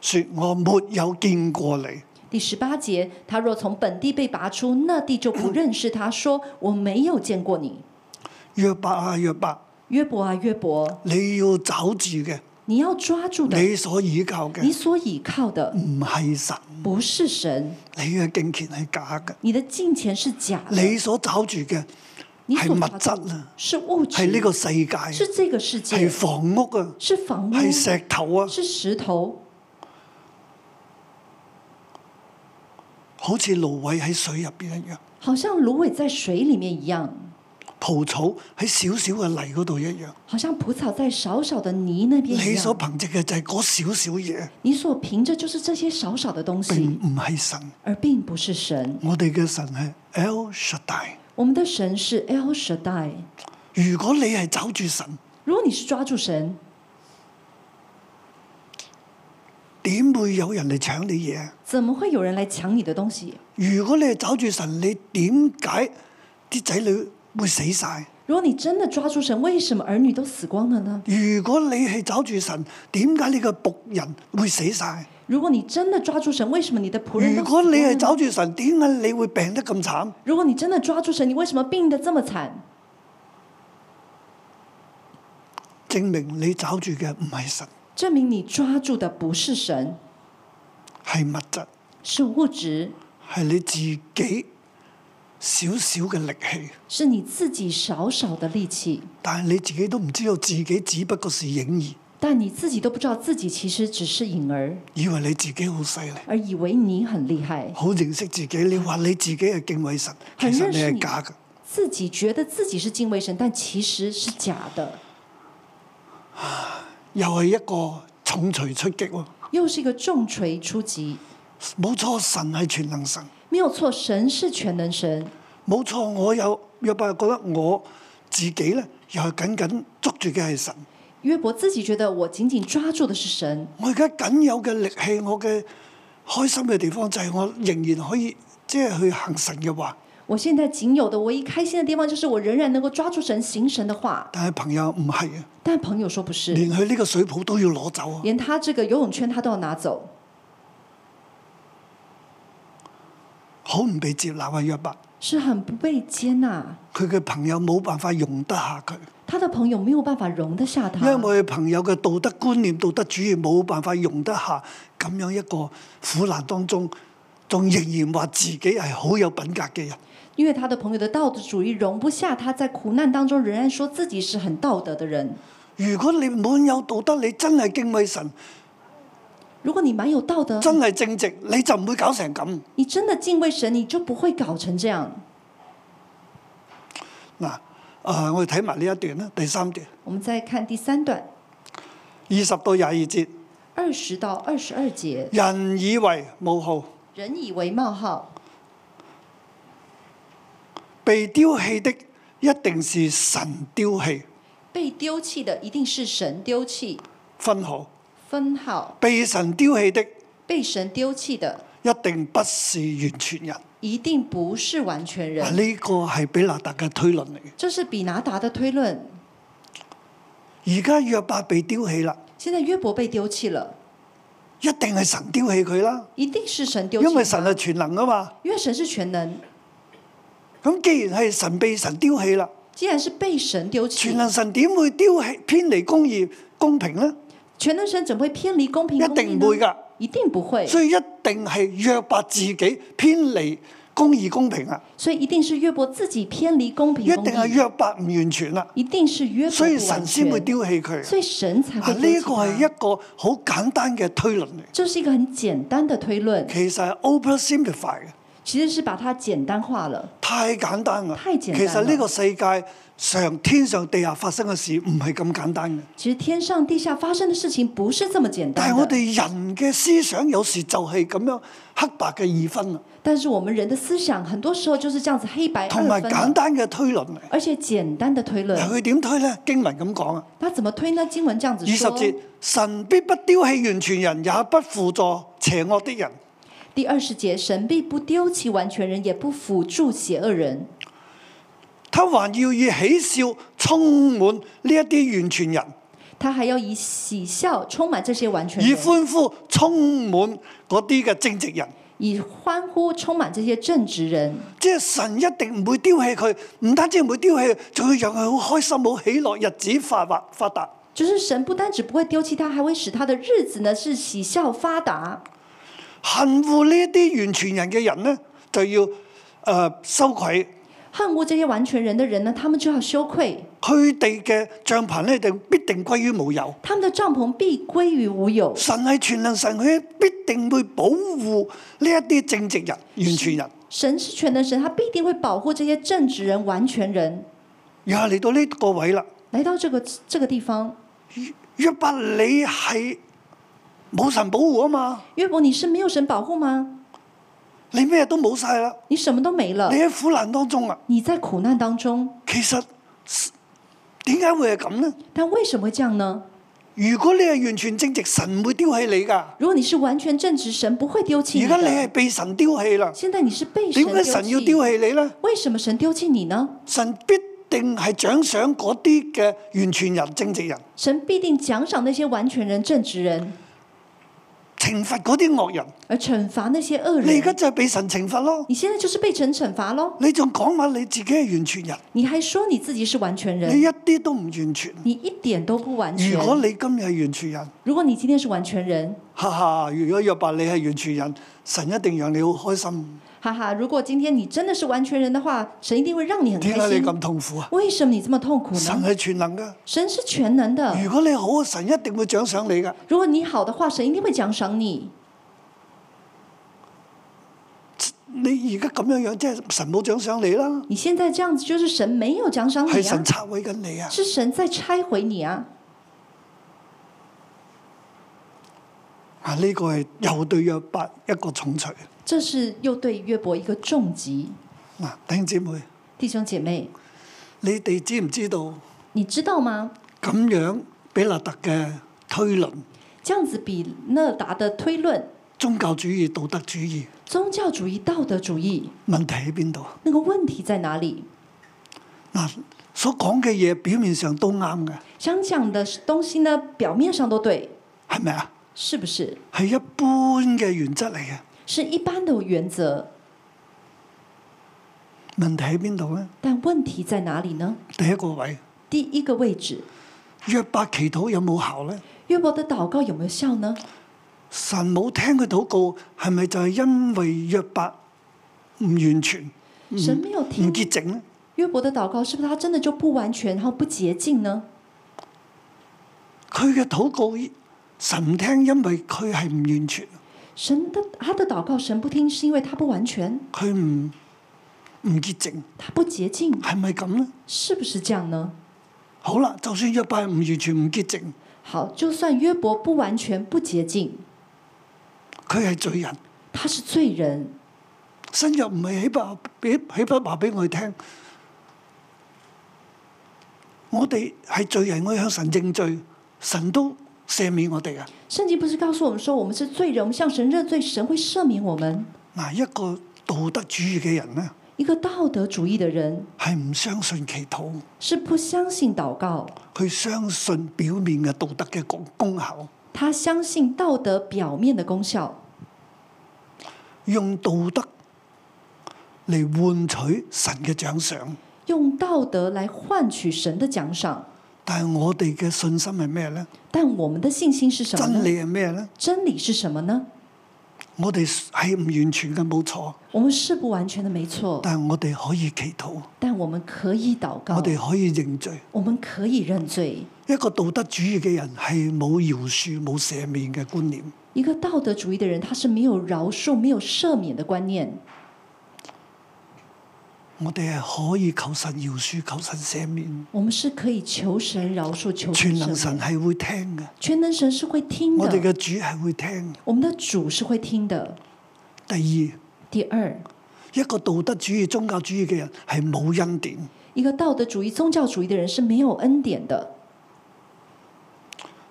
說我沒有見過你。
第十八节，他若从本地被拔出，那地就不认识他，说我没有见过你。
約伯啊約伯，
约伯啊约伯，
你要找住嘅，
你要抓住的，
你所倚靠
嗯你
嘅
所倚靠的
唔係神，
不是神，
你嘅敬虔係假嘅，
你的金钱是假的，
你所找住嘅
嗯你
係
所抓
物
住
質啊。
是物质，
係呢個世界啊，
是這個世
係
界，
房屋啊，
是房屋，
係石頭啊，
是石头，
好似蘆葦喺水入邊一樣，
好像芦苇在水里面一樣，
蒲草喺少少嘅泥嗰度一樣。
好像蒲草在少少的泥那邊一
你所
樣。
憑藉嘅就係嗰少少嘢，
你所憑着就是這些少少的東
並
西，
唔係神。
而並不是神。
我哋嘅神係 El Shaddai。
我們的神是 El Shaddai。
如果你係找住神，
如果你是抓住神，
點會有人嚟搶你嘢啊？
怎么会有人来搶你的東西？
如果你係找住神，你點解啲仔女會死晒？
如果你真的抓住神，为什么兒女都死光了呢？
如果你係找住神，點解你嘅仆人會死晒？
如果你真的抓住神，为什么你的仆人
如
都死光
果
了
你
呢
係找住神，點解你會病得咁慘？
如果你真的抓住神，你为什么病得这么慘？
證明你找住嘅唔係神，
證明你抓住的不是神，
係物質，
是物質，
係你自己少少嘅力氣。
是你自己少少的力氣，
但係你自己都唔知道自己只不過是影兒，
但你自己都不知道自己其實只是影兒，
以為你自己好犀利，
而以為你很厲害，
好認識自己。你話你自己係敬畏神，其
很
實
認
你
識你
係假嘅。
自己覺得自己是敬畏神，但其實是假的，
又係一個重錘出擊喎。
又是一個重錘出擊。
冇錯，神係全能神，
没有错，神是全能神。
冇錯。我有約伯覺得我自己呢，又係緊緊捉住嘅係神。
约伯自己觉得我紧紧抓住的是神，
我而家僅有嘅力氣，我嘅開心嘅地方就係我仍然可以即係去行神嘅話。
我现在仅有的唯一开心的地方就是我仍然能够抓住神行神的话。
但係朋友唔係啊，
但朋友说不是，
連佢呢個水泡
嗯
都要攞走啊！
连他这个游泳圈他都要拿走。
好唔被接納啊約伯，
是很不被接纳。
佢嘅朋友冇辦法容得下佢，
他的朋友没有办法容得下他，
因為朋友嘅道德觀念、道德主義冇辦法容得下咁樣一個苦難當中，仲仍然話自己係好有品格嘅人。
因为他的朋友的道德主义容不下他在苦难当中仍然说自己是很道德的人。
如果你滿有道德，你真係敬畏神，
如果你蛮有道德，
真係正直，你就唔會搞成咁。
你真的敬畏神，你就不会搞成这样。
嗱，啊、我哋睇埋呢一段啦，第三段，
我们再看第三段，
二十到廿二節，
二十到二十二节，
人以為無號，
人以为冒号，
被丟棄的一定是神丟棄，
被丢弃的一定是神丢弃，
分號；
分号
被神丟棄的
被神丢弃的
一定不是完全人。
一定不是完全
嗱，
人。
呢個係比勒達嘅推論嚟嘅。
这是比拿达的推论。
而家約伯被丟棄啦，
现在约伯被丢弃了，
一定係神丟棄佢啦，
一定是神丢弃
因為
他，
神係全能啊嘛。
因为神是全能。
咁既然係神被神丟棄啦，
既然是被神丢弃
全，能神點會丟棄偏離公義公平呢？
全能神怎么会偏离公平
一
公义
定
呢？
唔會㗎。
一定不会，
所以一定係約伯自己偏離公義公平啊，
所以一定是约伯自己偏离公平
一定
公
係
义，
約伯唔完全啦，
一定是约伯
所以
不完
神先會
全
丟棄佢。
所以神才
啊，
会
呢
丢弃
個係
他。
一個好簡單嘅推論嚟，
这是一个很简单的推论，
其實係 oversimplify 嘅，
其实是把它简单化了。
太簡單啦。
太簡單啦
其實呢個世界上天上地下發生嘅事唔係咁簡單嘅，
其实天上地下发生的事情不是这么简
但
单
係我
的，
哋人嘅思想有時就係咁樣黑白嘅二分啊，
但是我们人的思想很多时候就是这样子黑白
同
二
埋
分啊嗯
簡
的，
單嘅推論嚟。
而且简单的推论
嗱，。佢點推呢？經文咁講啊。
他怎么推呢？经文这样子
二十
说。
節，神必不丟棄完全人，也不輔助邪惡的人。
第二十节，神必不丢弃完全人，也不辅助邪恶人，
他還要以喜笑充滿呢一啲完全人，
他还要以喜笑充满这些完全
以
人，
歡呼充滿嗰啲嘅正直人。
以欢呼充满这些正直人。
即係神一定唔會丟棄佢，唔單止唔會丟棄佢，仲要讓佢好開心、好喜樂，日子發達發達。
就是神不单只不会丢弃他，还会使他的日子呢是喜笑发达。
恨惡呢一啲完全人嘅人呢，就要呃羞愧。
恨恶这些完全人的人呢，他们就要羞愧，
佢哋嘅帳棚呢，就必定歸於無有。
他们的帐篷必归于无有。
神係全能神，佢必定會保護呢一啲正直人、完全人。
神是全能神，他必定会保护这些正直人、完全人。
然後嚟到呢個位啦，
来到这个这个地方，
約伯你係冇神保護啊嘛，
约伯，你是没有神保护吗？
你咩都冇晒啦，
你什么都没了
你，喺苦難當中啊。
你在苦难当中，
其實點解會係咁呢？
但为什么会这样呢？
如果你係完全正直，神唔會丟棄你㗎。而
如果你是完全正直，神不会丢弃你
家你係
的。
被神丟棄啦，
现在你是被神
點
丢
解
弃，
神要丟棄你呢？
为什么神丢弃你呢？
神必定係獎賞嗰啲嘅完全人、正直人，
神必定奖赏那些完全人、正直人，
懲罰嗰啲惡人。
而惩罚那些恶
你而家
人。
就係被神懲罰咯。
你现在就是被神惩罚喽！
你仲講話你自己係完全人，
你还说你自己是完全
你
人，嗯
一啲都唔完全。
你一点都不完全
如。果哎你今日係完全人，
如果你今天是完全人，
哈哈！如果約伯你係完全人，神一定讓你好開心。
哈哈！如果今天你真的是完全人的話，神一定會讓你很
點
開
解你
心。
咁痛苦啊？
為什麼你這麼痛苦
神啊
呢？
係全能噶，
神是全能的，
如果你好，神一定會獎賞你噶。
如果你好的話，神一定會獎賞你。
你而家咁樣樣，即係神冇獎賞你啦，
你現在這樣子，就是神沒有獎賞
係
你
神
啊，
拆毀緊你啊！
是神在拆毀你啊！
啊，呢個係又對約伯一個重錘。
這是又對約伯一個重擊。
嗱，弟兄姊妹，
弟兄姐妹，
你哋知唔知道
你知道嗎？
咁樣比勒特嘅推論、
這樣子比勒達的推論，
宗教主義、道德主義
宗教主義、道德主義，
問題喺邊度？
那個問題在哪裡？
嗱，所講嘅嘢表面上都啱嘅，
想講的東西呢，表面上都對，
係咪啊？
是不是？
係一般嘅原則嚟嘅，
是一般的原則，
問題喺邊度呢？
但問題在哪裡呢？
第一個位，
第一個位置，
約伯祈禱有冇效呢？
約伯的禱告有沒有效呢？
神冇聽佢禱告，係咪就係因為約伯唔完全、
神沒有
唔
聽
潔淨呢？
約伯的禱告，是不是他真的就不完全，然後不潔淨呢？
佢嘅禱告神唔聽，因為佢係唔完全，
神的他的禱告神不聽，是因為他不完全，
佢唔唔潔淨，
他不潔淨，
係咪咁呢？
是不是這樣呢？
好啦，就算約伯係唔完全唔潔淨，
好，就算約伯不完全不潔淨，
佢係罪人。
他是罪人。
新約唔係起筆俾起筆話俾我哋聽，我哋係罪人，我哋向神認罪，神都赦免我哋啊！
聖經不是告訴我們說，我們是罪人，我們向神認罪，神會赦免我們。
嗱，一個道德主義嘅人呢，
一個道德主義的人
係唔相信祈禱，
是不相信禱告，
佢相信表面嘅道德嘅功功效，
他相信道德表面的功效，
用道德嚟換取神嘅獎賞。
用道德來換取神的獎賞。
但係我哋嘅信心係咩呢？
但我們的信心是什麼
真
呢？
理係咩呢？
真理是什麼呢？
我哋係唔完全嘅，冇錯，
我們是不完全的，沒錯，
但係我哋可以祈禱，
但我們可以禱告，
我哋可以認罪。
我們可以認罪。
一個道德主義嘅人係冇饒恕、冇赦免嘅觀念，
一個道德主義的人，他是沒有饒恕、沒有赦免的觀念。
我哋係可以求神饒恕、求神赦免。
我們是可以求神饒恕、求神
全
赦
能
免
神係會聽嘅，
全能神是會聽
我
的，
哋嘅主係會聽嘅。
我們的主是會聽的。
第二，
第二，
一個道德主義、宗教主義嘅人係冇恩典，
一個道德主義、宗教主義的人是沒有恩典的，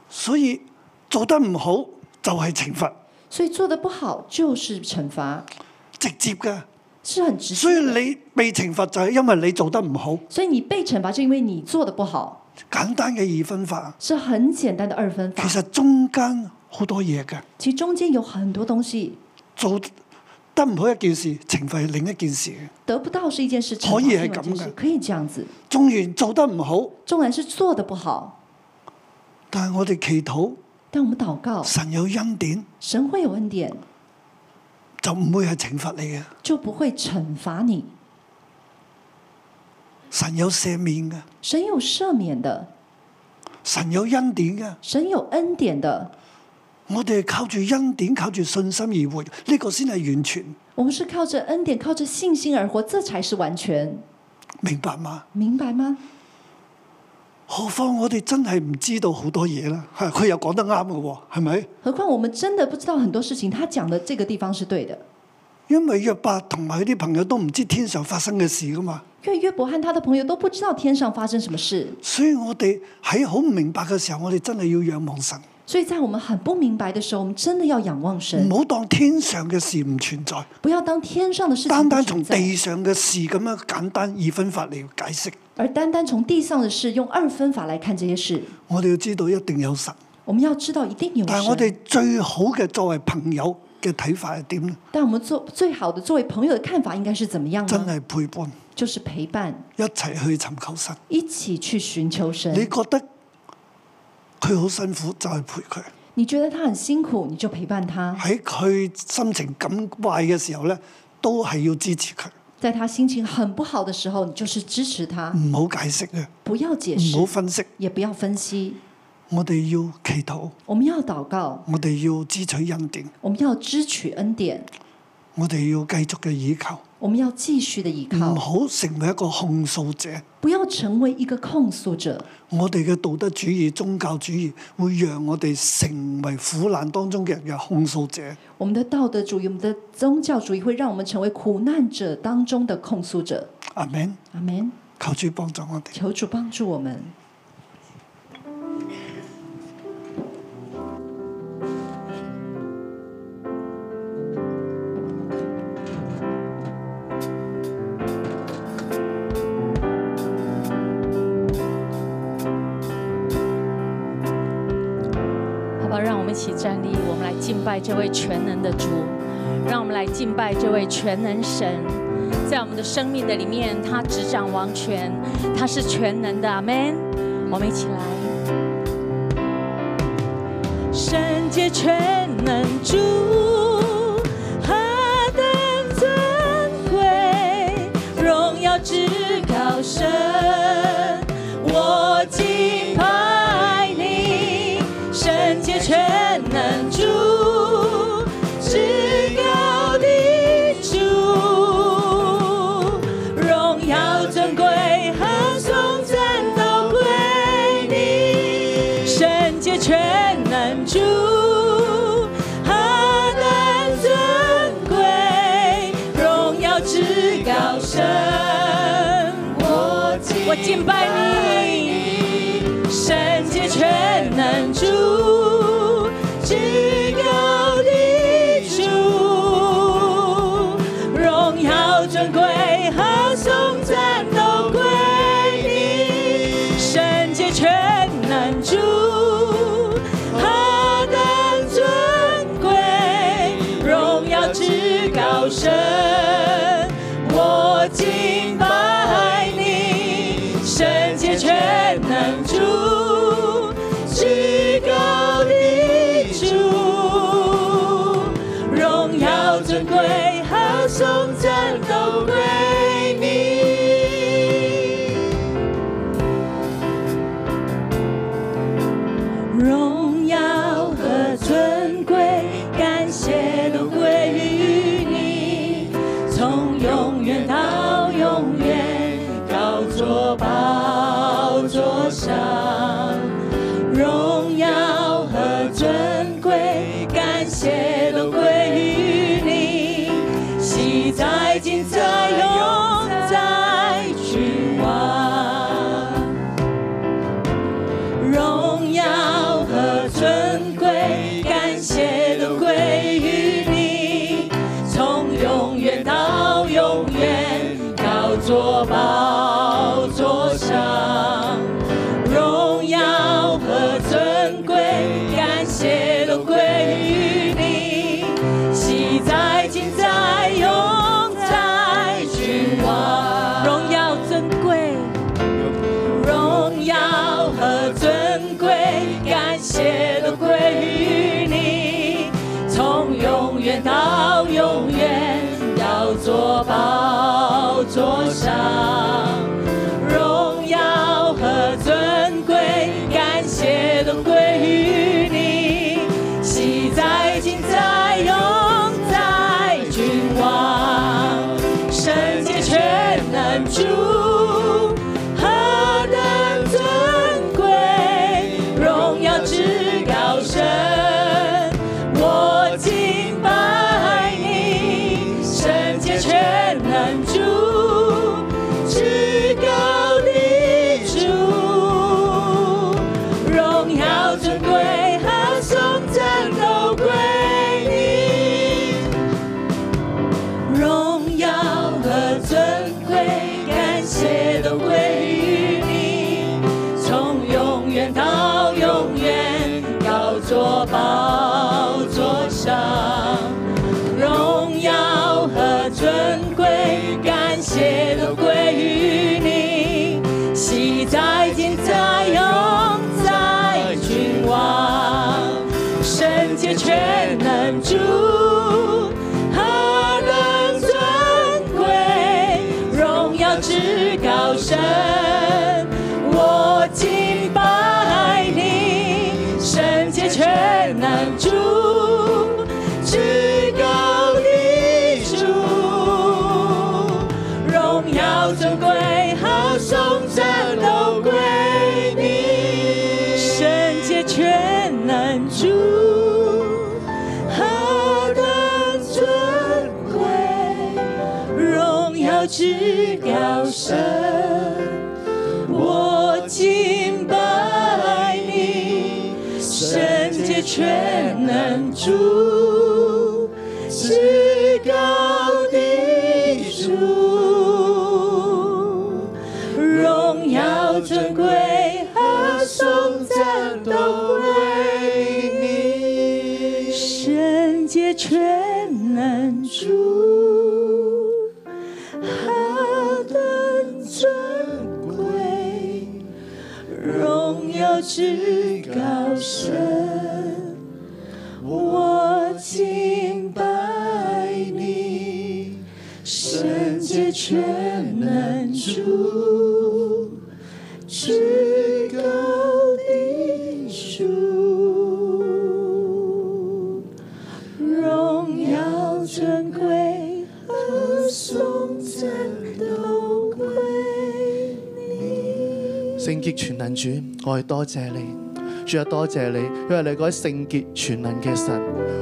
所以做得唔好就係懲罰，
所以做得不好就是懲罰，
直接嘅。
是很直
所以
接的。
你被懲罰就係因為你做得唔好，
所以你被懲罰，就因為你做的不好，
簡單嘅二分法。
是很簡單的二分法
其。實中間好多嘢嘅，
其中間有很多東西
做得唔好一件事，懲罰係另一件事嘅。
得不到是一件事，懲罰
可以
另
係
外一件事
咁嘅
可以這樣子。
縱然做得唔好，
縱然是做的不好，
但係我哋祈禱，
但我們禱告，
神有恩典，
神會有恩典，
就唔會係懲罰你嘅。
就不會懲罰你。
神有赦免嘅，
神有赦免的，
神有恩典嘅。
神有恩典的，
我哋係靠住恩典，靠住信心而活，呢、個先係完全，
我们是靠着恩典、靠着信心而活，这才是完全，
明白嗎？
明白嗎？
何況我哋真係唔知道好多嘢啦。 係佢又講得啱嘅喎，係咪？
何況我們真的不知道很多事情，他講的這個地方是對的，
因為約伯同埋佢啲朋友都唔知天上發生嘅事噶嘛，
因為約伯和他的朋友都不知道天上發生什麼事，
所以我哋喺好唔明白嘅時候，我哋真係要仰望神，
所以在我們很不明白的時候，我們真的要仰望神，
唔好當天上嘅事唔存在。
不要當天上的事情
單單
不
從
存在
地上嘅事咁樣簡單二分法嚟解釋，
而單單從地上的事用二分法來看這些事，
我哋要知道一定有神。
我們要知道一定有
但係我
神。
哋最好嘅作為朋友嘅睇法係點呢？
但我們做最好的作為朋友的看法應該是怎麼樣
真
呢？
係陪伴，
就是陪伴，
一齊去尋求神。
一起去尋求神。
你覺得佢好辛苦，就係陪佢。
你覺得他很辛苦，你就陪伴他；
喺佢心情咁壞嘅時候呢，都係要支持佢，
在他心情很不好的時候，你就是支持他，
唔好解釋嘅，
不要解
唔好
釋，
分析。
也不要分析。
我哋要祈禱，
我們要禱告，
我哋要支取恩典，
我們要支取恩典，
我哋要繼續嘅倚靠，
我們要繼續的依
唔
靠，
好成為一個控訴者。
不要成為一個控訴者。
我哋嘅道德主義、宗教主義會讓我哋成為苦難當中嘅人嘅控訴者。
我們的道德主義、我們的宗教主義會讓我們成為苦難者當中的控訴者。
阿 Man，
阿門。
求主幫助我哋。
求主幫助我們。
好吧，让我们一起站立，我们来敬拜这位全能的主，让我们来敬拜这位全能神。在我们的生命的里面，他执掌王权，他是全能的，阿门。我们一起来，圣洁全能主。何等尊贵，荣耀至高神，我敬拜你，圣洁全能主，至高的主，荣耀尊贵和颂赞都归你，圣洁全能主。何等尊贵，荣耀至高神，我敬我敬拜你，圣洁全能主，至高的主，荣耀尊贵和颂赞都归你，圣洁全能主。何等尊贵，荣耀至高神，我敬拜你，圣洁全能主，至高的主，荣耀尊贵和颂赞都归你。荣耀和尊贵，感谢都归于你，从永远到永远，高坐宝座上。荣耀和尊贵，感谢都归于你，昔在今在永在君王。荣耀和尊贵，感谢都归于你，从永远到永远，高坐宝座上。荣耀和尊贵，感谢都归于你，昔在今在永在君王。荣耀尊贵。荣耀和尊贵，感谢都归于你，从永远到永远，要做宝座上。荣耀和尊贵，感谢都归于你，昔在今在永在君王，圣洁全能主。何等尊贵，荣耀至高神，我敬拜你，圣洁全能主，至高的主，荣耀尊贵和颂赞都归你。荣耀和尊贵，感谢都归于你，从永远到永远，高坐宝座上。荣耀和尊贵，感谢都归于你，昔在今在永在君王，圣洁全能主。何等尊贵，荣耀至高神，我敬拜你，圣洁全能主，至高的主，荣耀尊贵和颂赞都归你，圣洁全能主。何等尊贵，荣耀至高神，我敬拜你，圣洁全能主，至高的主，荣耀尊贵和颂赞都为你，圣洁全能主，何等珍贵，荣耀至高神，我敬拜你，圣洁全能主，至高的主。荣耀尊贵，和颂赞都归你。
聖潔全能主，我哋多謝你，主啊多謝你，因為你嗰位聖潔全能嘅神，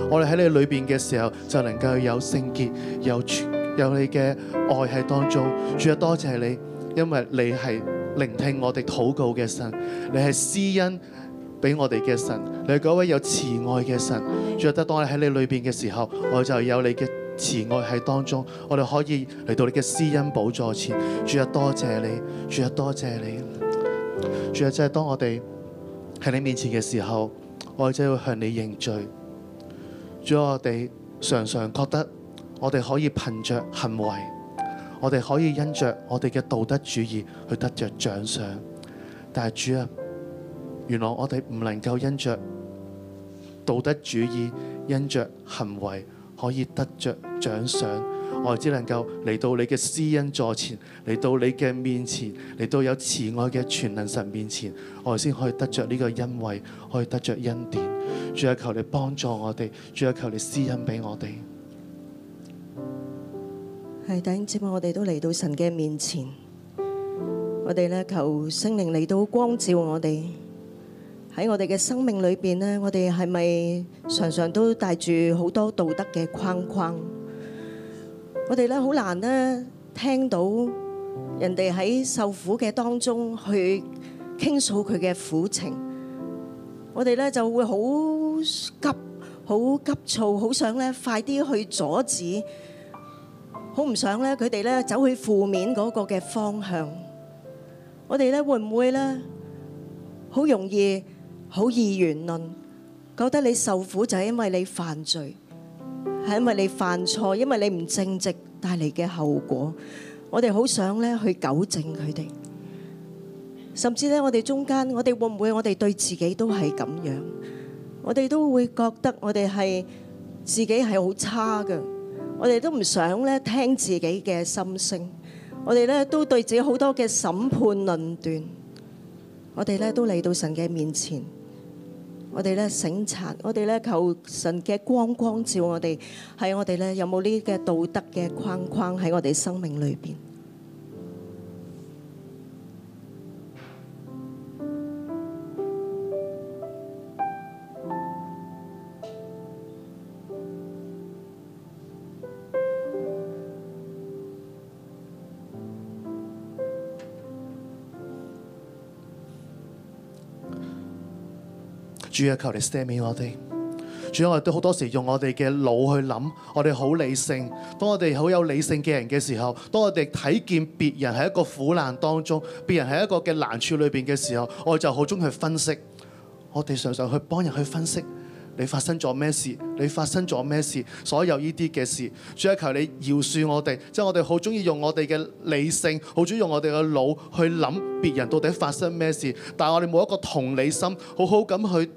我哋喺你裏邊嘅時候就能夠有聖潔，有全有你嘅愛喺當中。主啊多謝你，因為你係聆聽我哋禱告嘅神，你係施恩。俾我哋嘅神，你係嗰位有慈愛嘅神，主啊，得當我哋喺你裏邊嘅時候，我就有你嘅慈愛喺當中，我哋可以嚟到你嘅施恩寶座前，主啊，多謝你，主啊，多謝你。主啊，真係當我哋喺你面前嘅時候，我哋真係要向你認罪。主啊，我哋常常覺得我哋可以憑着行為，我哋可以因着我哋嘅道德主義去得着獎賞。但係主啊，原來我哋唔能夠因着道德主義、因着行為可以得着獎賞。我哋只能夠嚟到你嘅施恩座前，嚟到你嘅面前，嚟到有慈愛嘅全能神面前，我哋先可以得着呢個恩惠，可以得着恩典。主啊，求你幫助我哋，主啊，求你施恩俾我哋。
系弟兄姊妹，我哋都嚟到神嘅面前，我哋咧求聖靈嚟到光照我哋。喺我哋嘅生命裏邊呢，我哋係咪常常都帶住好多道德嘅框框？我哋咧好難呢聽到人哋喺受苦嘅當中去傾訴佢嘅苦情，我哋咧就會好急、好急躁，好想咧快啲去阻止。好唔想咧，佢哋咧走去負面嗰個嘅方向。我哋咧會唔會咧好容易好二元論，覺得你受苦就係因為你犯罪，係因為你犯錯，因為你唔正直帶嚟嘅後果。我哋好想咧去糾正佢哋，甚至咧我哋中間，我哋會唔會我哋對自己都係咁樣？我哋都會覺得我哋係自己係好差嘅。我哋都唔想咧聽自己嘅心聲，我哋咧都對自己好多嘅審判論斷，我哋咧都嚟到神嘅面前，我哋咧省察，我哋咧求神嘅光光照我哋，喺我哋咧有冇呢嘅道德嘅框框喺我哋生命裏邊？
主啊，求你赦免我哋。主啊，我哋都好多時用我哋嘅腦去諗，我哋好理性。當我哋好有理性嘅人嘅時候，當我哋睇見別人喺一個苦難當中，別人喺一個嘅難處裏邊嘅時候，我哋就好中意去分析。我哋常常去幫人去分析你發生咗咩事，你發生咗咩事，所有呢啲嘅事。主啊，求你饒恕我哋，即係我哋好中意用我哋嘅理性，好中意用我哋嘅腦去諗別人到底發生咩事，但係我哋冇一個同理心，好好咁去。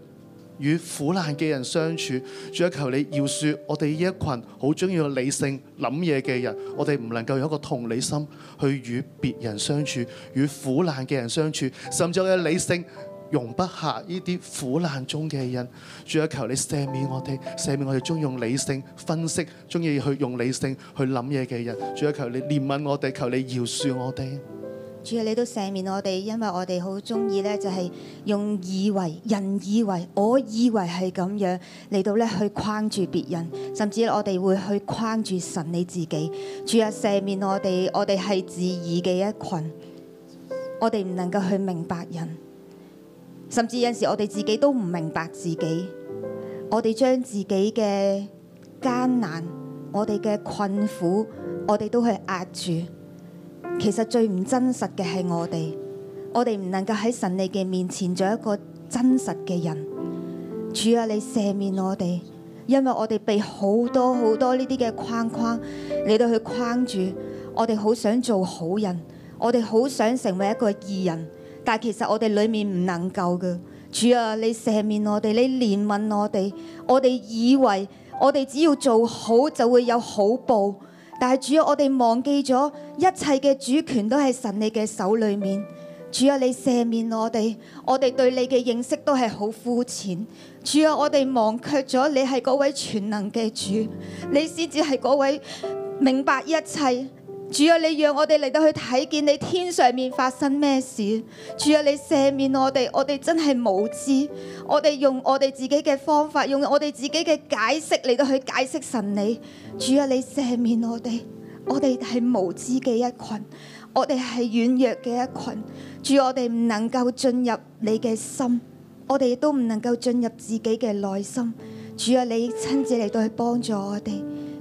與苦難嘅人相處，主啊，求你饒恕我哋呢一群好中意用理性諗嘢嘅人，我哋唔能夠有一個同理心去與別人相處，與苦難嘅人相處，甚至我嘅理性容不下呢啲苦難中嘅人。主啊，求你赦免我哋，赦免我哋中意用理性分析、中意去用理性去諗嘢嘅人。主啊，求你憐憫我哋，求你饒恕我哋。
主啊，你都赦免我哋，因為我哋好中意咧，就係用以為人以為我以為係咁樣嚟到咧去框住別人，甚至我哋會去框住神你自己。主啊，赦免我哋，我哋係自義嘅一群，我哋唔能夠去明白人，甚至有陣時我哋自己都唔明白自己，我哋將自己嘅艱難、我哋嘅困苦，我哋都去壓住。其實最唔真實嘅係我哋，我哋唔能夠喺神你嘅面前做一個真實嘅人。主啊，你赦免我哋，因為我哋被好多好多呢啲嘅框框嚟到去框住，我哋好想做好人，我哋好想成為一個義人，但其實我哋裡面唔能夠嘅。主啊，你赦免我哋，你憐憫我哋。我哋以為我哋只要做好就會有好報，但係主啊，我哋忘記咗一切嘅主權都喺神你嘅手裡面。主啊，你赦免我哋，我哋對你嘅認識都係好膚淺。主啊，我哋忘卻咗你係嗰位全能嘅主，你先至係嗰位明白一切。主啊，你讓我哋嚟到去睇見你天上面發生咩事。主啊，你赦免我哋，我哋真係無知，我哋用我哋自己嘅方法，用我哋自己嘅解釋嚟到去解釋神理。主啊，你赦免我哋，我哋係無知嘅一群，我哋係軟弱嘅一群。主，啊我哋唔能夠進入你嘅心，我哋亦都唔能夠進入自己嘅內心。主啊，你親自嚟到去幫助我哋，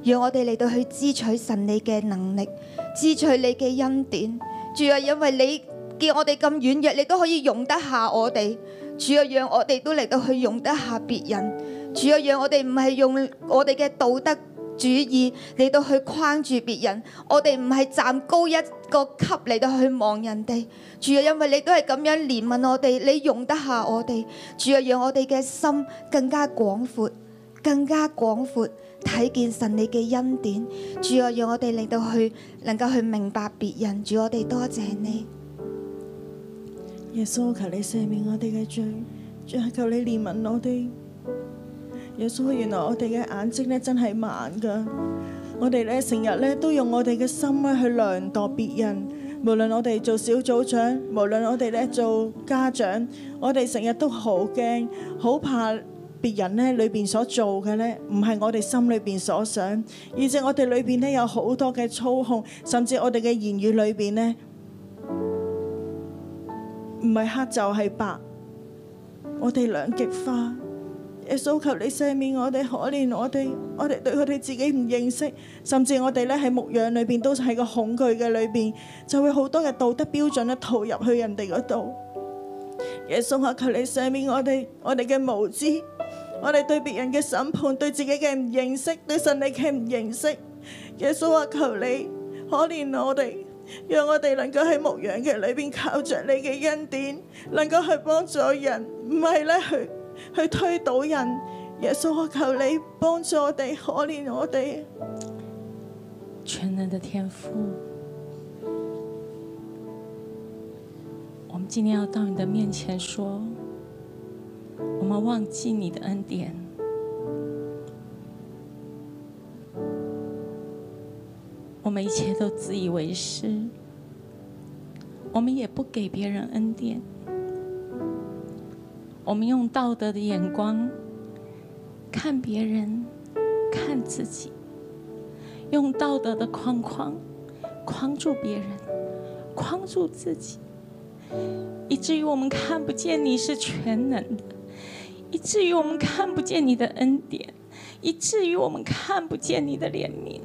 讓我哋嚟到去支取神你嘅能力，支取你嘅恩典。主啊，因為你見我哋咁軟弱，你都可以容得下我哋。主啊，讓我哋都嚟到去容得下別人。主啊，讓我哋唔係用我哋嘅道德主義嚟到去框住別人，我哋唔係站高一個級嚟到去望人哋。主啊，因為你都係咁樣憐憫我哋，你容得下我哋。主啊，讓我哋嘅心更加廣闊，更加廣闊，睇見神你嘅恩典。主啊，讓我哋嚟到去能夠去明白別人。主，我哋多謝你。
耶穌，求你赦免我哋嘅罪，主啊，求你憐憫我哋。耶穌，原來我哋嘅眼睛咧真係盲噶，我哋咧成日咧都用我哋嘅心咧去量度別人，無論我哋做小組長，無論我哋咧做家長，我哋成日都好驚，好怕。別人咧裏邊所做嘅咧，唔係我哋心裏邊所想，而且我哋裏邊咧有好多嘅操控，甚至我哋嘅言語裏邊咧唔係黑就係白，我哋兩極化。耶穌求你赦免我哋，可憐我哋，我哋對佢哋自己唔認識，甚至我哋咧喺牧養裏邊都喺個恐懼嘅裏邊，就會好多嘅道德標準咧套入去人哋嗰度。耶穌啊，求你赦免我哋，我哋嘅無知，我哋對別人嘅審判，對自己嘅唔認識，對神你嘅唔認識。耶穌啊，求你可憐我哋，讓我哋能夠喺牧羊嘅裏邊靠着你嘅恩典，能夠去幫助人，唔係咧去去推倒人。耶穌啊，求你幫助我哋，可憐我哋。
全能的天父，我们今天要到你的面前说，我们忘记你的恩典，我们一切都自以为是，我们也不给别人恩典，我们用道德的眼光看别人，看自己。用道德的框框框住别人，框住自己，以至于我们看不见你是全能的，以至于我们看不见你的恩典，以至于我们看不见你的怜悯。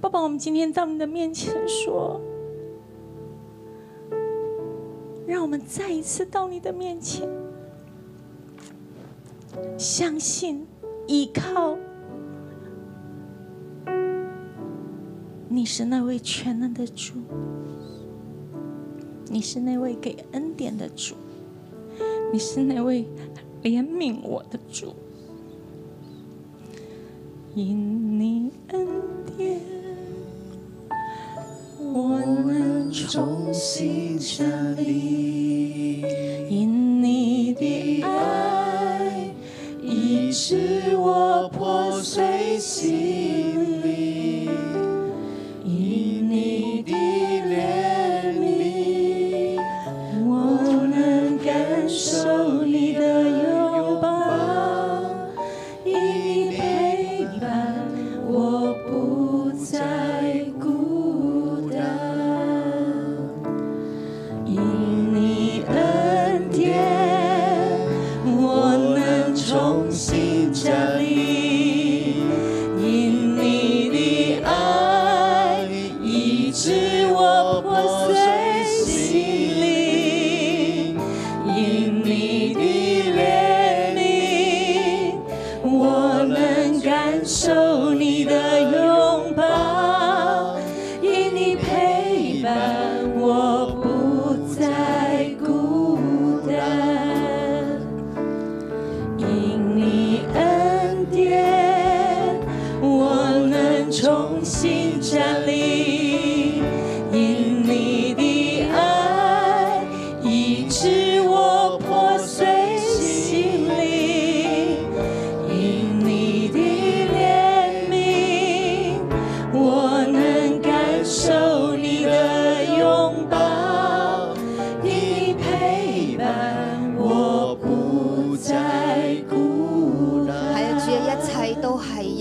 爸爸，我们今天到你的面前说，让我们再一次到你的面前，相信、依靠。你是那位全能的主，你是那位给恩典的主，你是那位怜悯我的主。因你恩典，我能重新站立；因你的爱，医治我破碎心灵。因你的怜悯，我能感受你的拥抱，因你陪伴，我不再孤单。因你恩典，我能重新站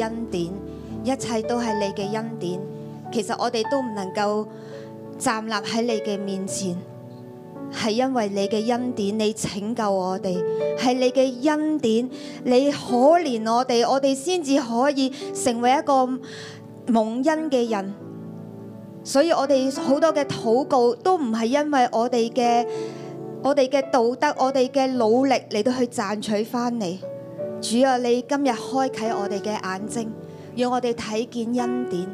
啊典，一切都係你嘅恩典。其實我哋都唔能夠站立喺你嘅面前，係因為你嘅恩典，你拯救我哋，係你嘅恩典，你可憐我哋，我哋先至可以成為一個蒙恩嘅人。所以我哋好多嘅禱告都唔係因為我哋嘅我哋嘅道德、我哋嘅努力嚟到去賺取翻嚟。主啊，你今日開啟我哋嘅眼睛，讓我哋睇見恩典。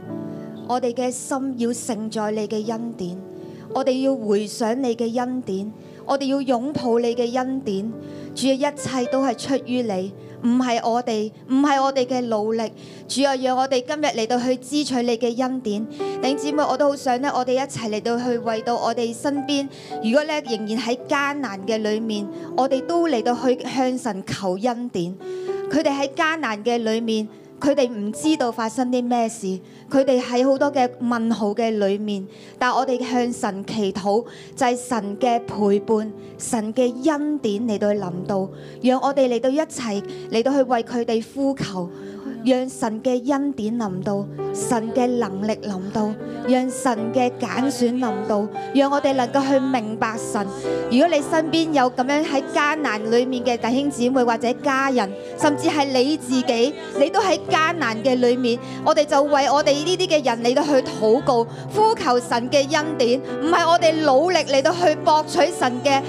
我哋嘅心要盛在你嘅恩典，我哋要回想你嘅恩典，我哋要擁抱你嘅恩典。主啊，一切都係出於你，唔係我哋，唔係我哋嘅努力。主啊，讓我哋今日嚟到去支取你嘅恩典。弟兄姊妹，我都好想咧，我哋一齊嚟到去為到我哋身邊，如果咧仍然喺艱難嘅裏面，我哋都嚟到去向神求恩典。佢哋喺艱難嘅裏面，佢哋唔知道發生啲咩事，佢哋喺好多嘅問號嘅裏面，但我哋向神祈禱，就係、神嘅陪伴、神嘅恩典嚟到去臨到，讓我哋嚟到一齊嚟到去為佢哋呼求。讓神嘅恩典臨到，神嘅能力臨到，讓神嘅揀選臨到，讓我哋能夠去明白神。如果你身邊有咁樣喺艱難裏面嘅弟兄姊妹或者家人，甚至係你自己，你都喺艱難嘅裏面，我哋就為我哋呢啲嘅人嚟到去禱告，呼求神嘅恩典，唔係我哋努力嚟到去博取神嘅。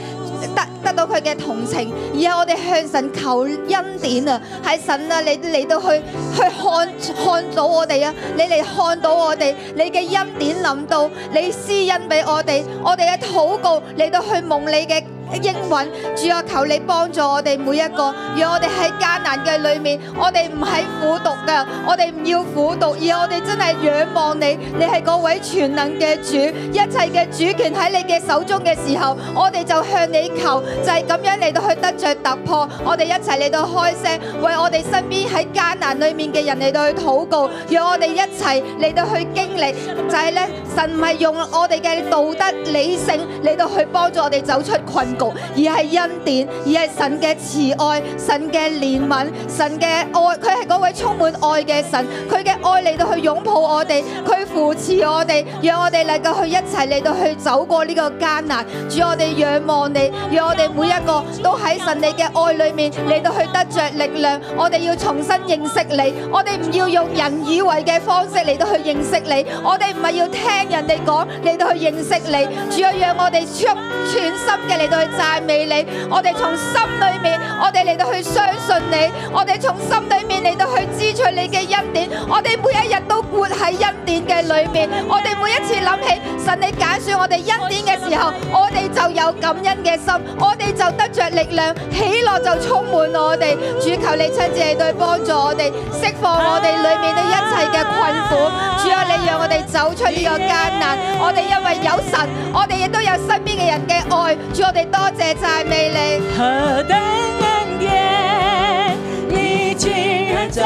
得得到佢嘅同情，而係我哋向神求恩典啊！係神啊，你嚟到去去看看到我哋啊！你嚟看到我哋，你嘅恩典臨到，你施恩俾我哋，我哋嘅禱告嚟到去蒙你嘅。應允，主啊，求你幫助我哋每一個，讓我哋喺艱難嘅裏面，我哋唔係苦讀噶，我哋唔要苦讀，而我哋真係仰望你，你係嗰位全能嘅主，一切嘅主權喺你嘅手中嘅時候，我哋就向你求，就係、咁樣嚟到去得着突破，我哋一齊嚟到開聲，為我哋身邊喺艱難裏面嘅人嚟到去禱告，讓我哋一齊嚟到去經歷，就係、咧神唔係用我哋嘅道德理性嚟到去幫助我哋走出困局，而係恩典，而係神嘅慈愛、神嘅憐憫、神嘅愛。佢係嗰位充滿愛嘅神，佢嘅愛嚟到去擁抱我哋，佢扶持我哋，讓我哋能夠去一齊嚟到去走過呢個艱難。主，我哋仰望你，讓我哋每一個都喺神你嘅愛裏面嚟到去得着力量。我哋要重新認識你，我哋唔要用人以為嘅方式嚟到去認識你，我哋唔係要聽人哋講嚟到去認識你。主啊，讓我哋出全心嘅嚟到去讚美你，我哋從心裏面，我哋嚟到去相信你，我哋從心裏面嚟到去支取你嘅恩典，我哋每一日都活喺恩典嘅裏面，我哋每一次諗起神你揀選我哋恩典嘅時候，我哋就有感恩嘅心，我哋就得着力量，喜樂就充滿我哋。主求你親自嚟到去幫助我哋，釋放我哋裏面嘅一切嘅困苦。主啊，你讓我哋走出呢個艱難，我哋因為有神，我哋亦都有身邊嘅人嘅愛。主，我哋多謝讚美你。
何等恩典，你竟然在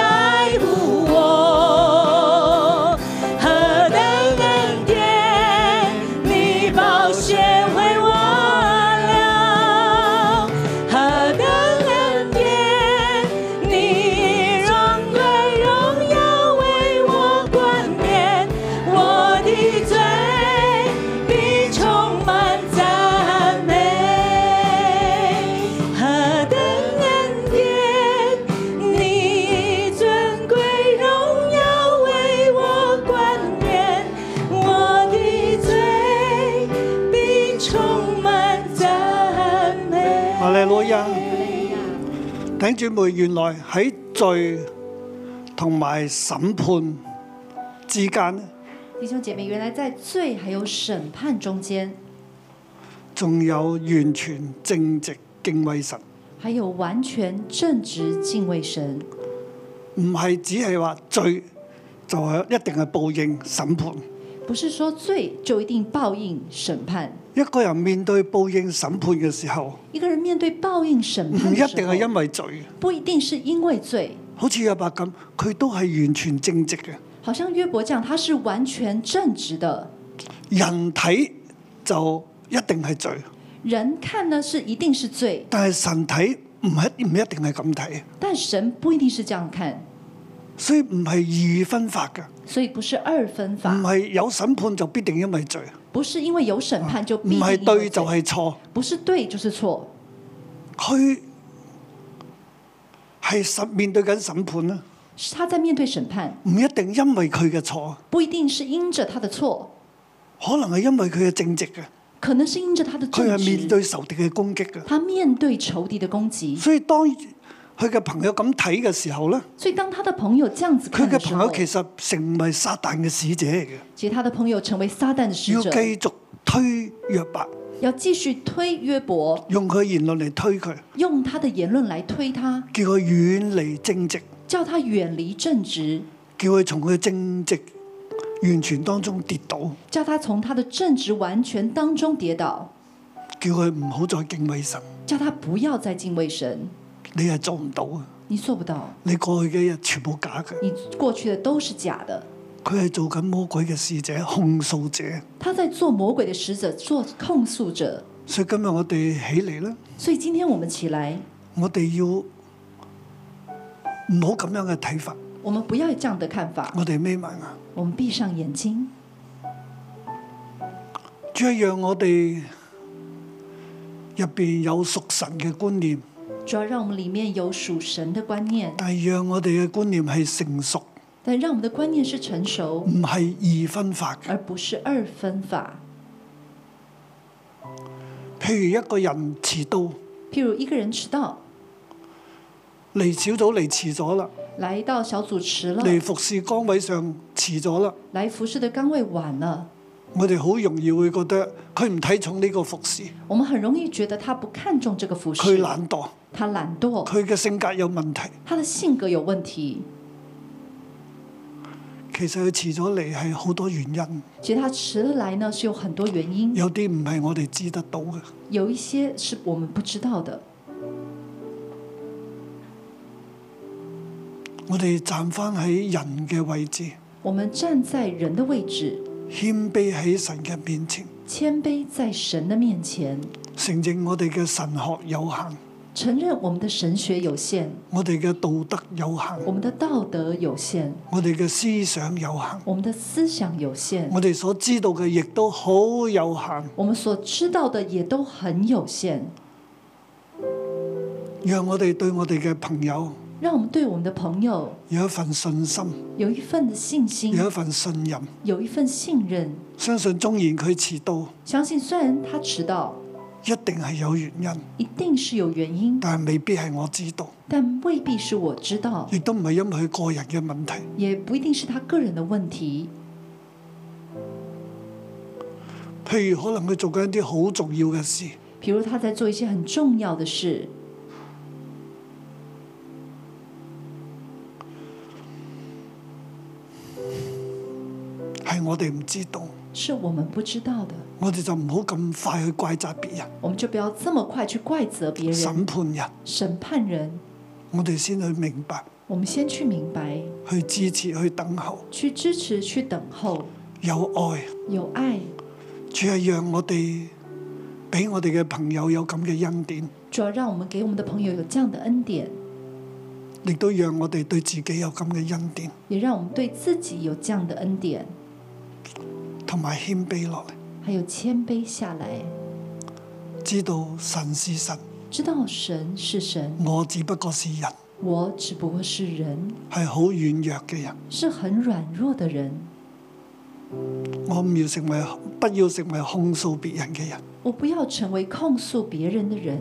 乎我；何等恩典，你保险为我了；何等恩典，你荣归荣耀为我冠冕，我的罪必充满赞美。何等恩典，你尊贵荣耀为我冠冕，我的罪必充满赞美。
哈利路亞！頂姊妹，原來喺罪同埋審判之間咧，
弟兄姐妹，原来在罪还有审判中间，
仲有完全正直敬畏神，
还有完全正直敬畏神，
唔係只係話罪就係一定係報應審判。
不是说罪就一定报应审判。
一個人面對報應審判嘅時候，
一个人面对报应审
唔
判
嗯一
的
定
时
係因
候，
為罪，
不一定是因为罪。
好似約伯咁，佢都係完全正直嘅。
好像约伯这样，他是完全正直的。
人睇就一定係罪，
人看呢是一定是罪，
但係神睇唔係唔一定係咁睇。
但神不一定是这样看。
所以唔係二分法嘅，
所以不是二分
唔
法，
係有審判就必定因為罪，
不是因为有审判就
嗯唔
必
係
定有
對
罪
就係錯。
不是对就是错，
佢係實面對緊審判啦，
是他在面对审判，
唔一定因為佢嘅錯，
不一定是因着他的错，
可能係因為佢嘅正直嘅，
可能是因着他的
佢
正
係面
直。
對仇敵嘅攻擊嘅。
他面对仇敌的攻击，
所以當佢嘅朋友咁睇嘅時候咧，
所以当他的朋友这样子
佢
看
嘅
的时
朋
候
友，其實成為撒旦嘅使者嚟嘅，
其实他的朋友成为撒旦的使
要
者，
繼續推約伯，
要继续推约伯，
用佢言論嚟推佢，
用他的言论来推他，
叫佢遠離正直，
叫他远离正直，
叫佢從佢嘅正直完全當中跌倒，
叫他从他的正直完全当中跌倒，
叫佢唔好再敬畏神。
叫他不要再敬畏神。
你係做唔到啊！
你做不到，
你過去嘅一日全部假嘅。
你过去的都是假的。
佢係做緊魔鬼嘅使者、控訴者，
他在做魔鬼的使者，做控诉者。
所以今日我哋起嚟咧，
所以今天我们起来，
我哋要唔好咁樣嘅睇法，
我们不要有这样的看法，
我哋眯埋眼，
我们闭上眼睛。
主係讓我哋入邊有屬神嘅觀念，
主要让我们里面有属神的观念，
但係讓我哋嘅觀念係成熟，
但让我们的观念是成熟，
唔係二分法嘅。
而不是二分法。
譬如一個人遲到，
譬如一个人迟到，
嚟小組嚟遲咗啦，
来到小组迟了，
嚟服侍崗位上遲咗啦，
来服侍的岗位晚了，
我哋好容易會覺得佢唔睇重呢個服侍，
我们很容易觉得他不看重这个服
佢
侍，
懶惰，
他懒惰，
佢嘅性格有問題。
他的性格有问题。
其實佢遲咗嚟係好多原因，
其实他迟了来呢，是有很多原因，
有啲唔係我哋知得到嘅。
有一些是我们不知道的。
我哋站翻喺人嘅位置，
我们站在人的位置，
謙卑喺神嘅面前，
谦卑在神的面前，
承認我哋嘅神學有限，
承认我们的神学有限，
我哋嘅道德有
我
限，
们的道德有限，
我哋嘅思想有限，
我们的思想有限，
我哋所知道嘅亦都好有限。
我们所知道的也都很有限。
讓我哋對我哋嘅朋友
让我们对我们的朋友
有一份信心，
有一份的信心，
有一份信任，
有一份信任，
相信縱然佢遲到，
相信虽然他迟到，
一定係有原因，
一定是有原因，
但係未必係我知道，
但未必是我知道，
亦都唔係因為佢個人嘅問題。
也不一定是他个人的问题。
譬如可能佢做緊一啲好重要嘅事，
比如他在做一些很重要的事，
係我哋唔知道，
是我们不知道的，
我哋就唔好咁快去怪責別人、
我们就不要这么快去怪责别人、
審判人，
审判人。
我哋先去明白、
我们先去明白，
去支持、去等候，
去支持，去等候，
有愛。
有爱。
主係讓我哋俾我哋嘅朋友有咁嘅恩典，
主要让我们给我们的朋友有这样的恩典，
亦都讓我哋對自己有咁嘅恩典，
也让我们对自己有这样的恩典，
同埋謙卑落嚟，
还有谦卑下来，
知道神是神，
知道神是神，
我只不過是人，
我只不过是人，
係好軟弱嘅人。
是很软弱的人。
我唔要成為，不要成為控訴別人嘅人。
我不要成为控诉别人的人，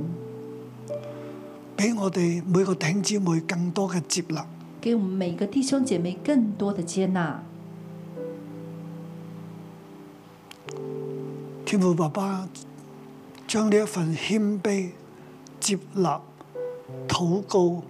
俾我哋每個頂姊妹更多嘅接納，
给我们每个弟兄姐妹更多的接纳。
天父爸爸將呢一份謙卑、接納、禱告、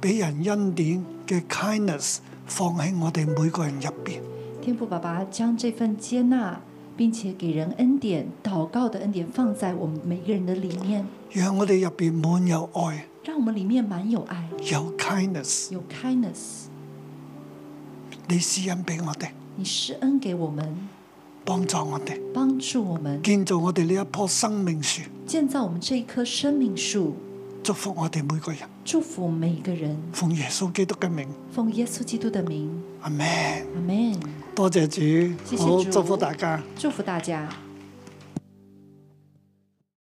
俾人恩典嘅 kindness 放喺我哋每個人入邊。
天父爸爸将这份接纳，并且给人恩典、祷告的恩典放在我们每个人的里面，
讓我哋入邊滿有愛、
让我们里面满有爱，
有 kindness，
有 kindness。
你施恩俾我哋，
你施恩给我们，
幫助我哋，
帮助我们
建造我哋呢一棵生命樹，
建造我们这一棵生命树，
祝福我哋每個人，
祝福每一个人，
奉耶穌基督嘅名，
奉耶稣基督的名，
阿 Man，
阿门。
多謝主，
謝主
好祝福大家。
祝福大家。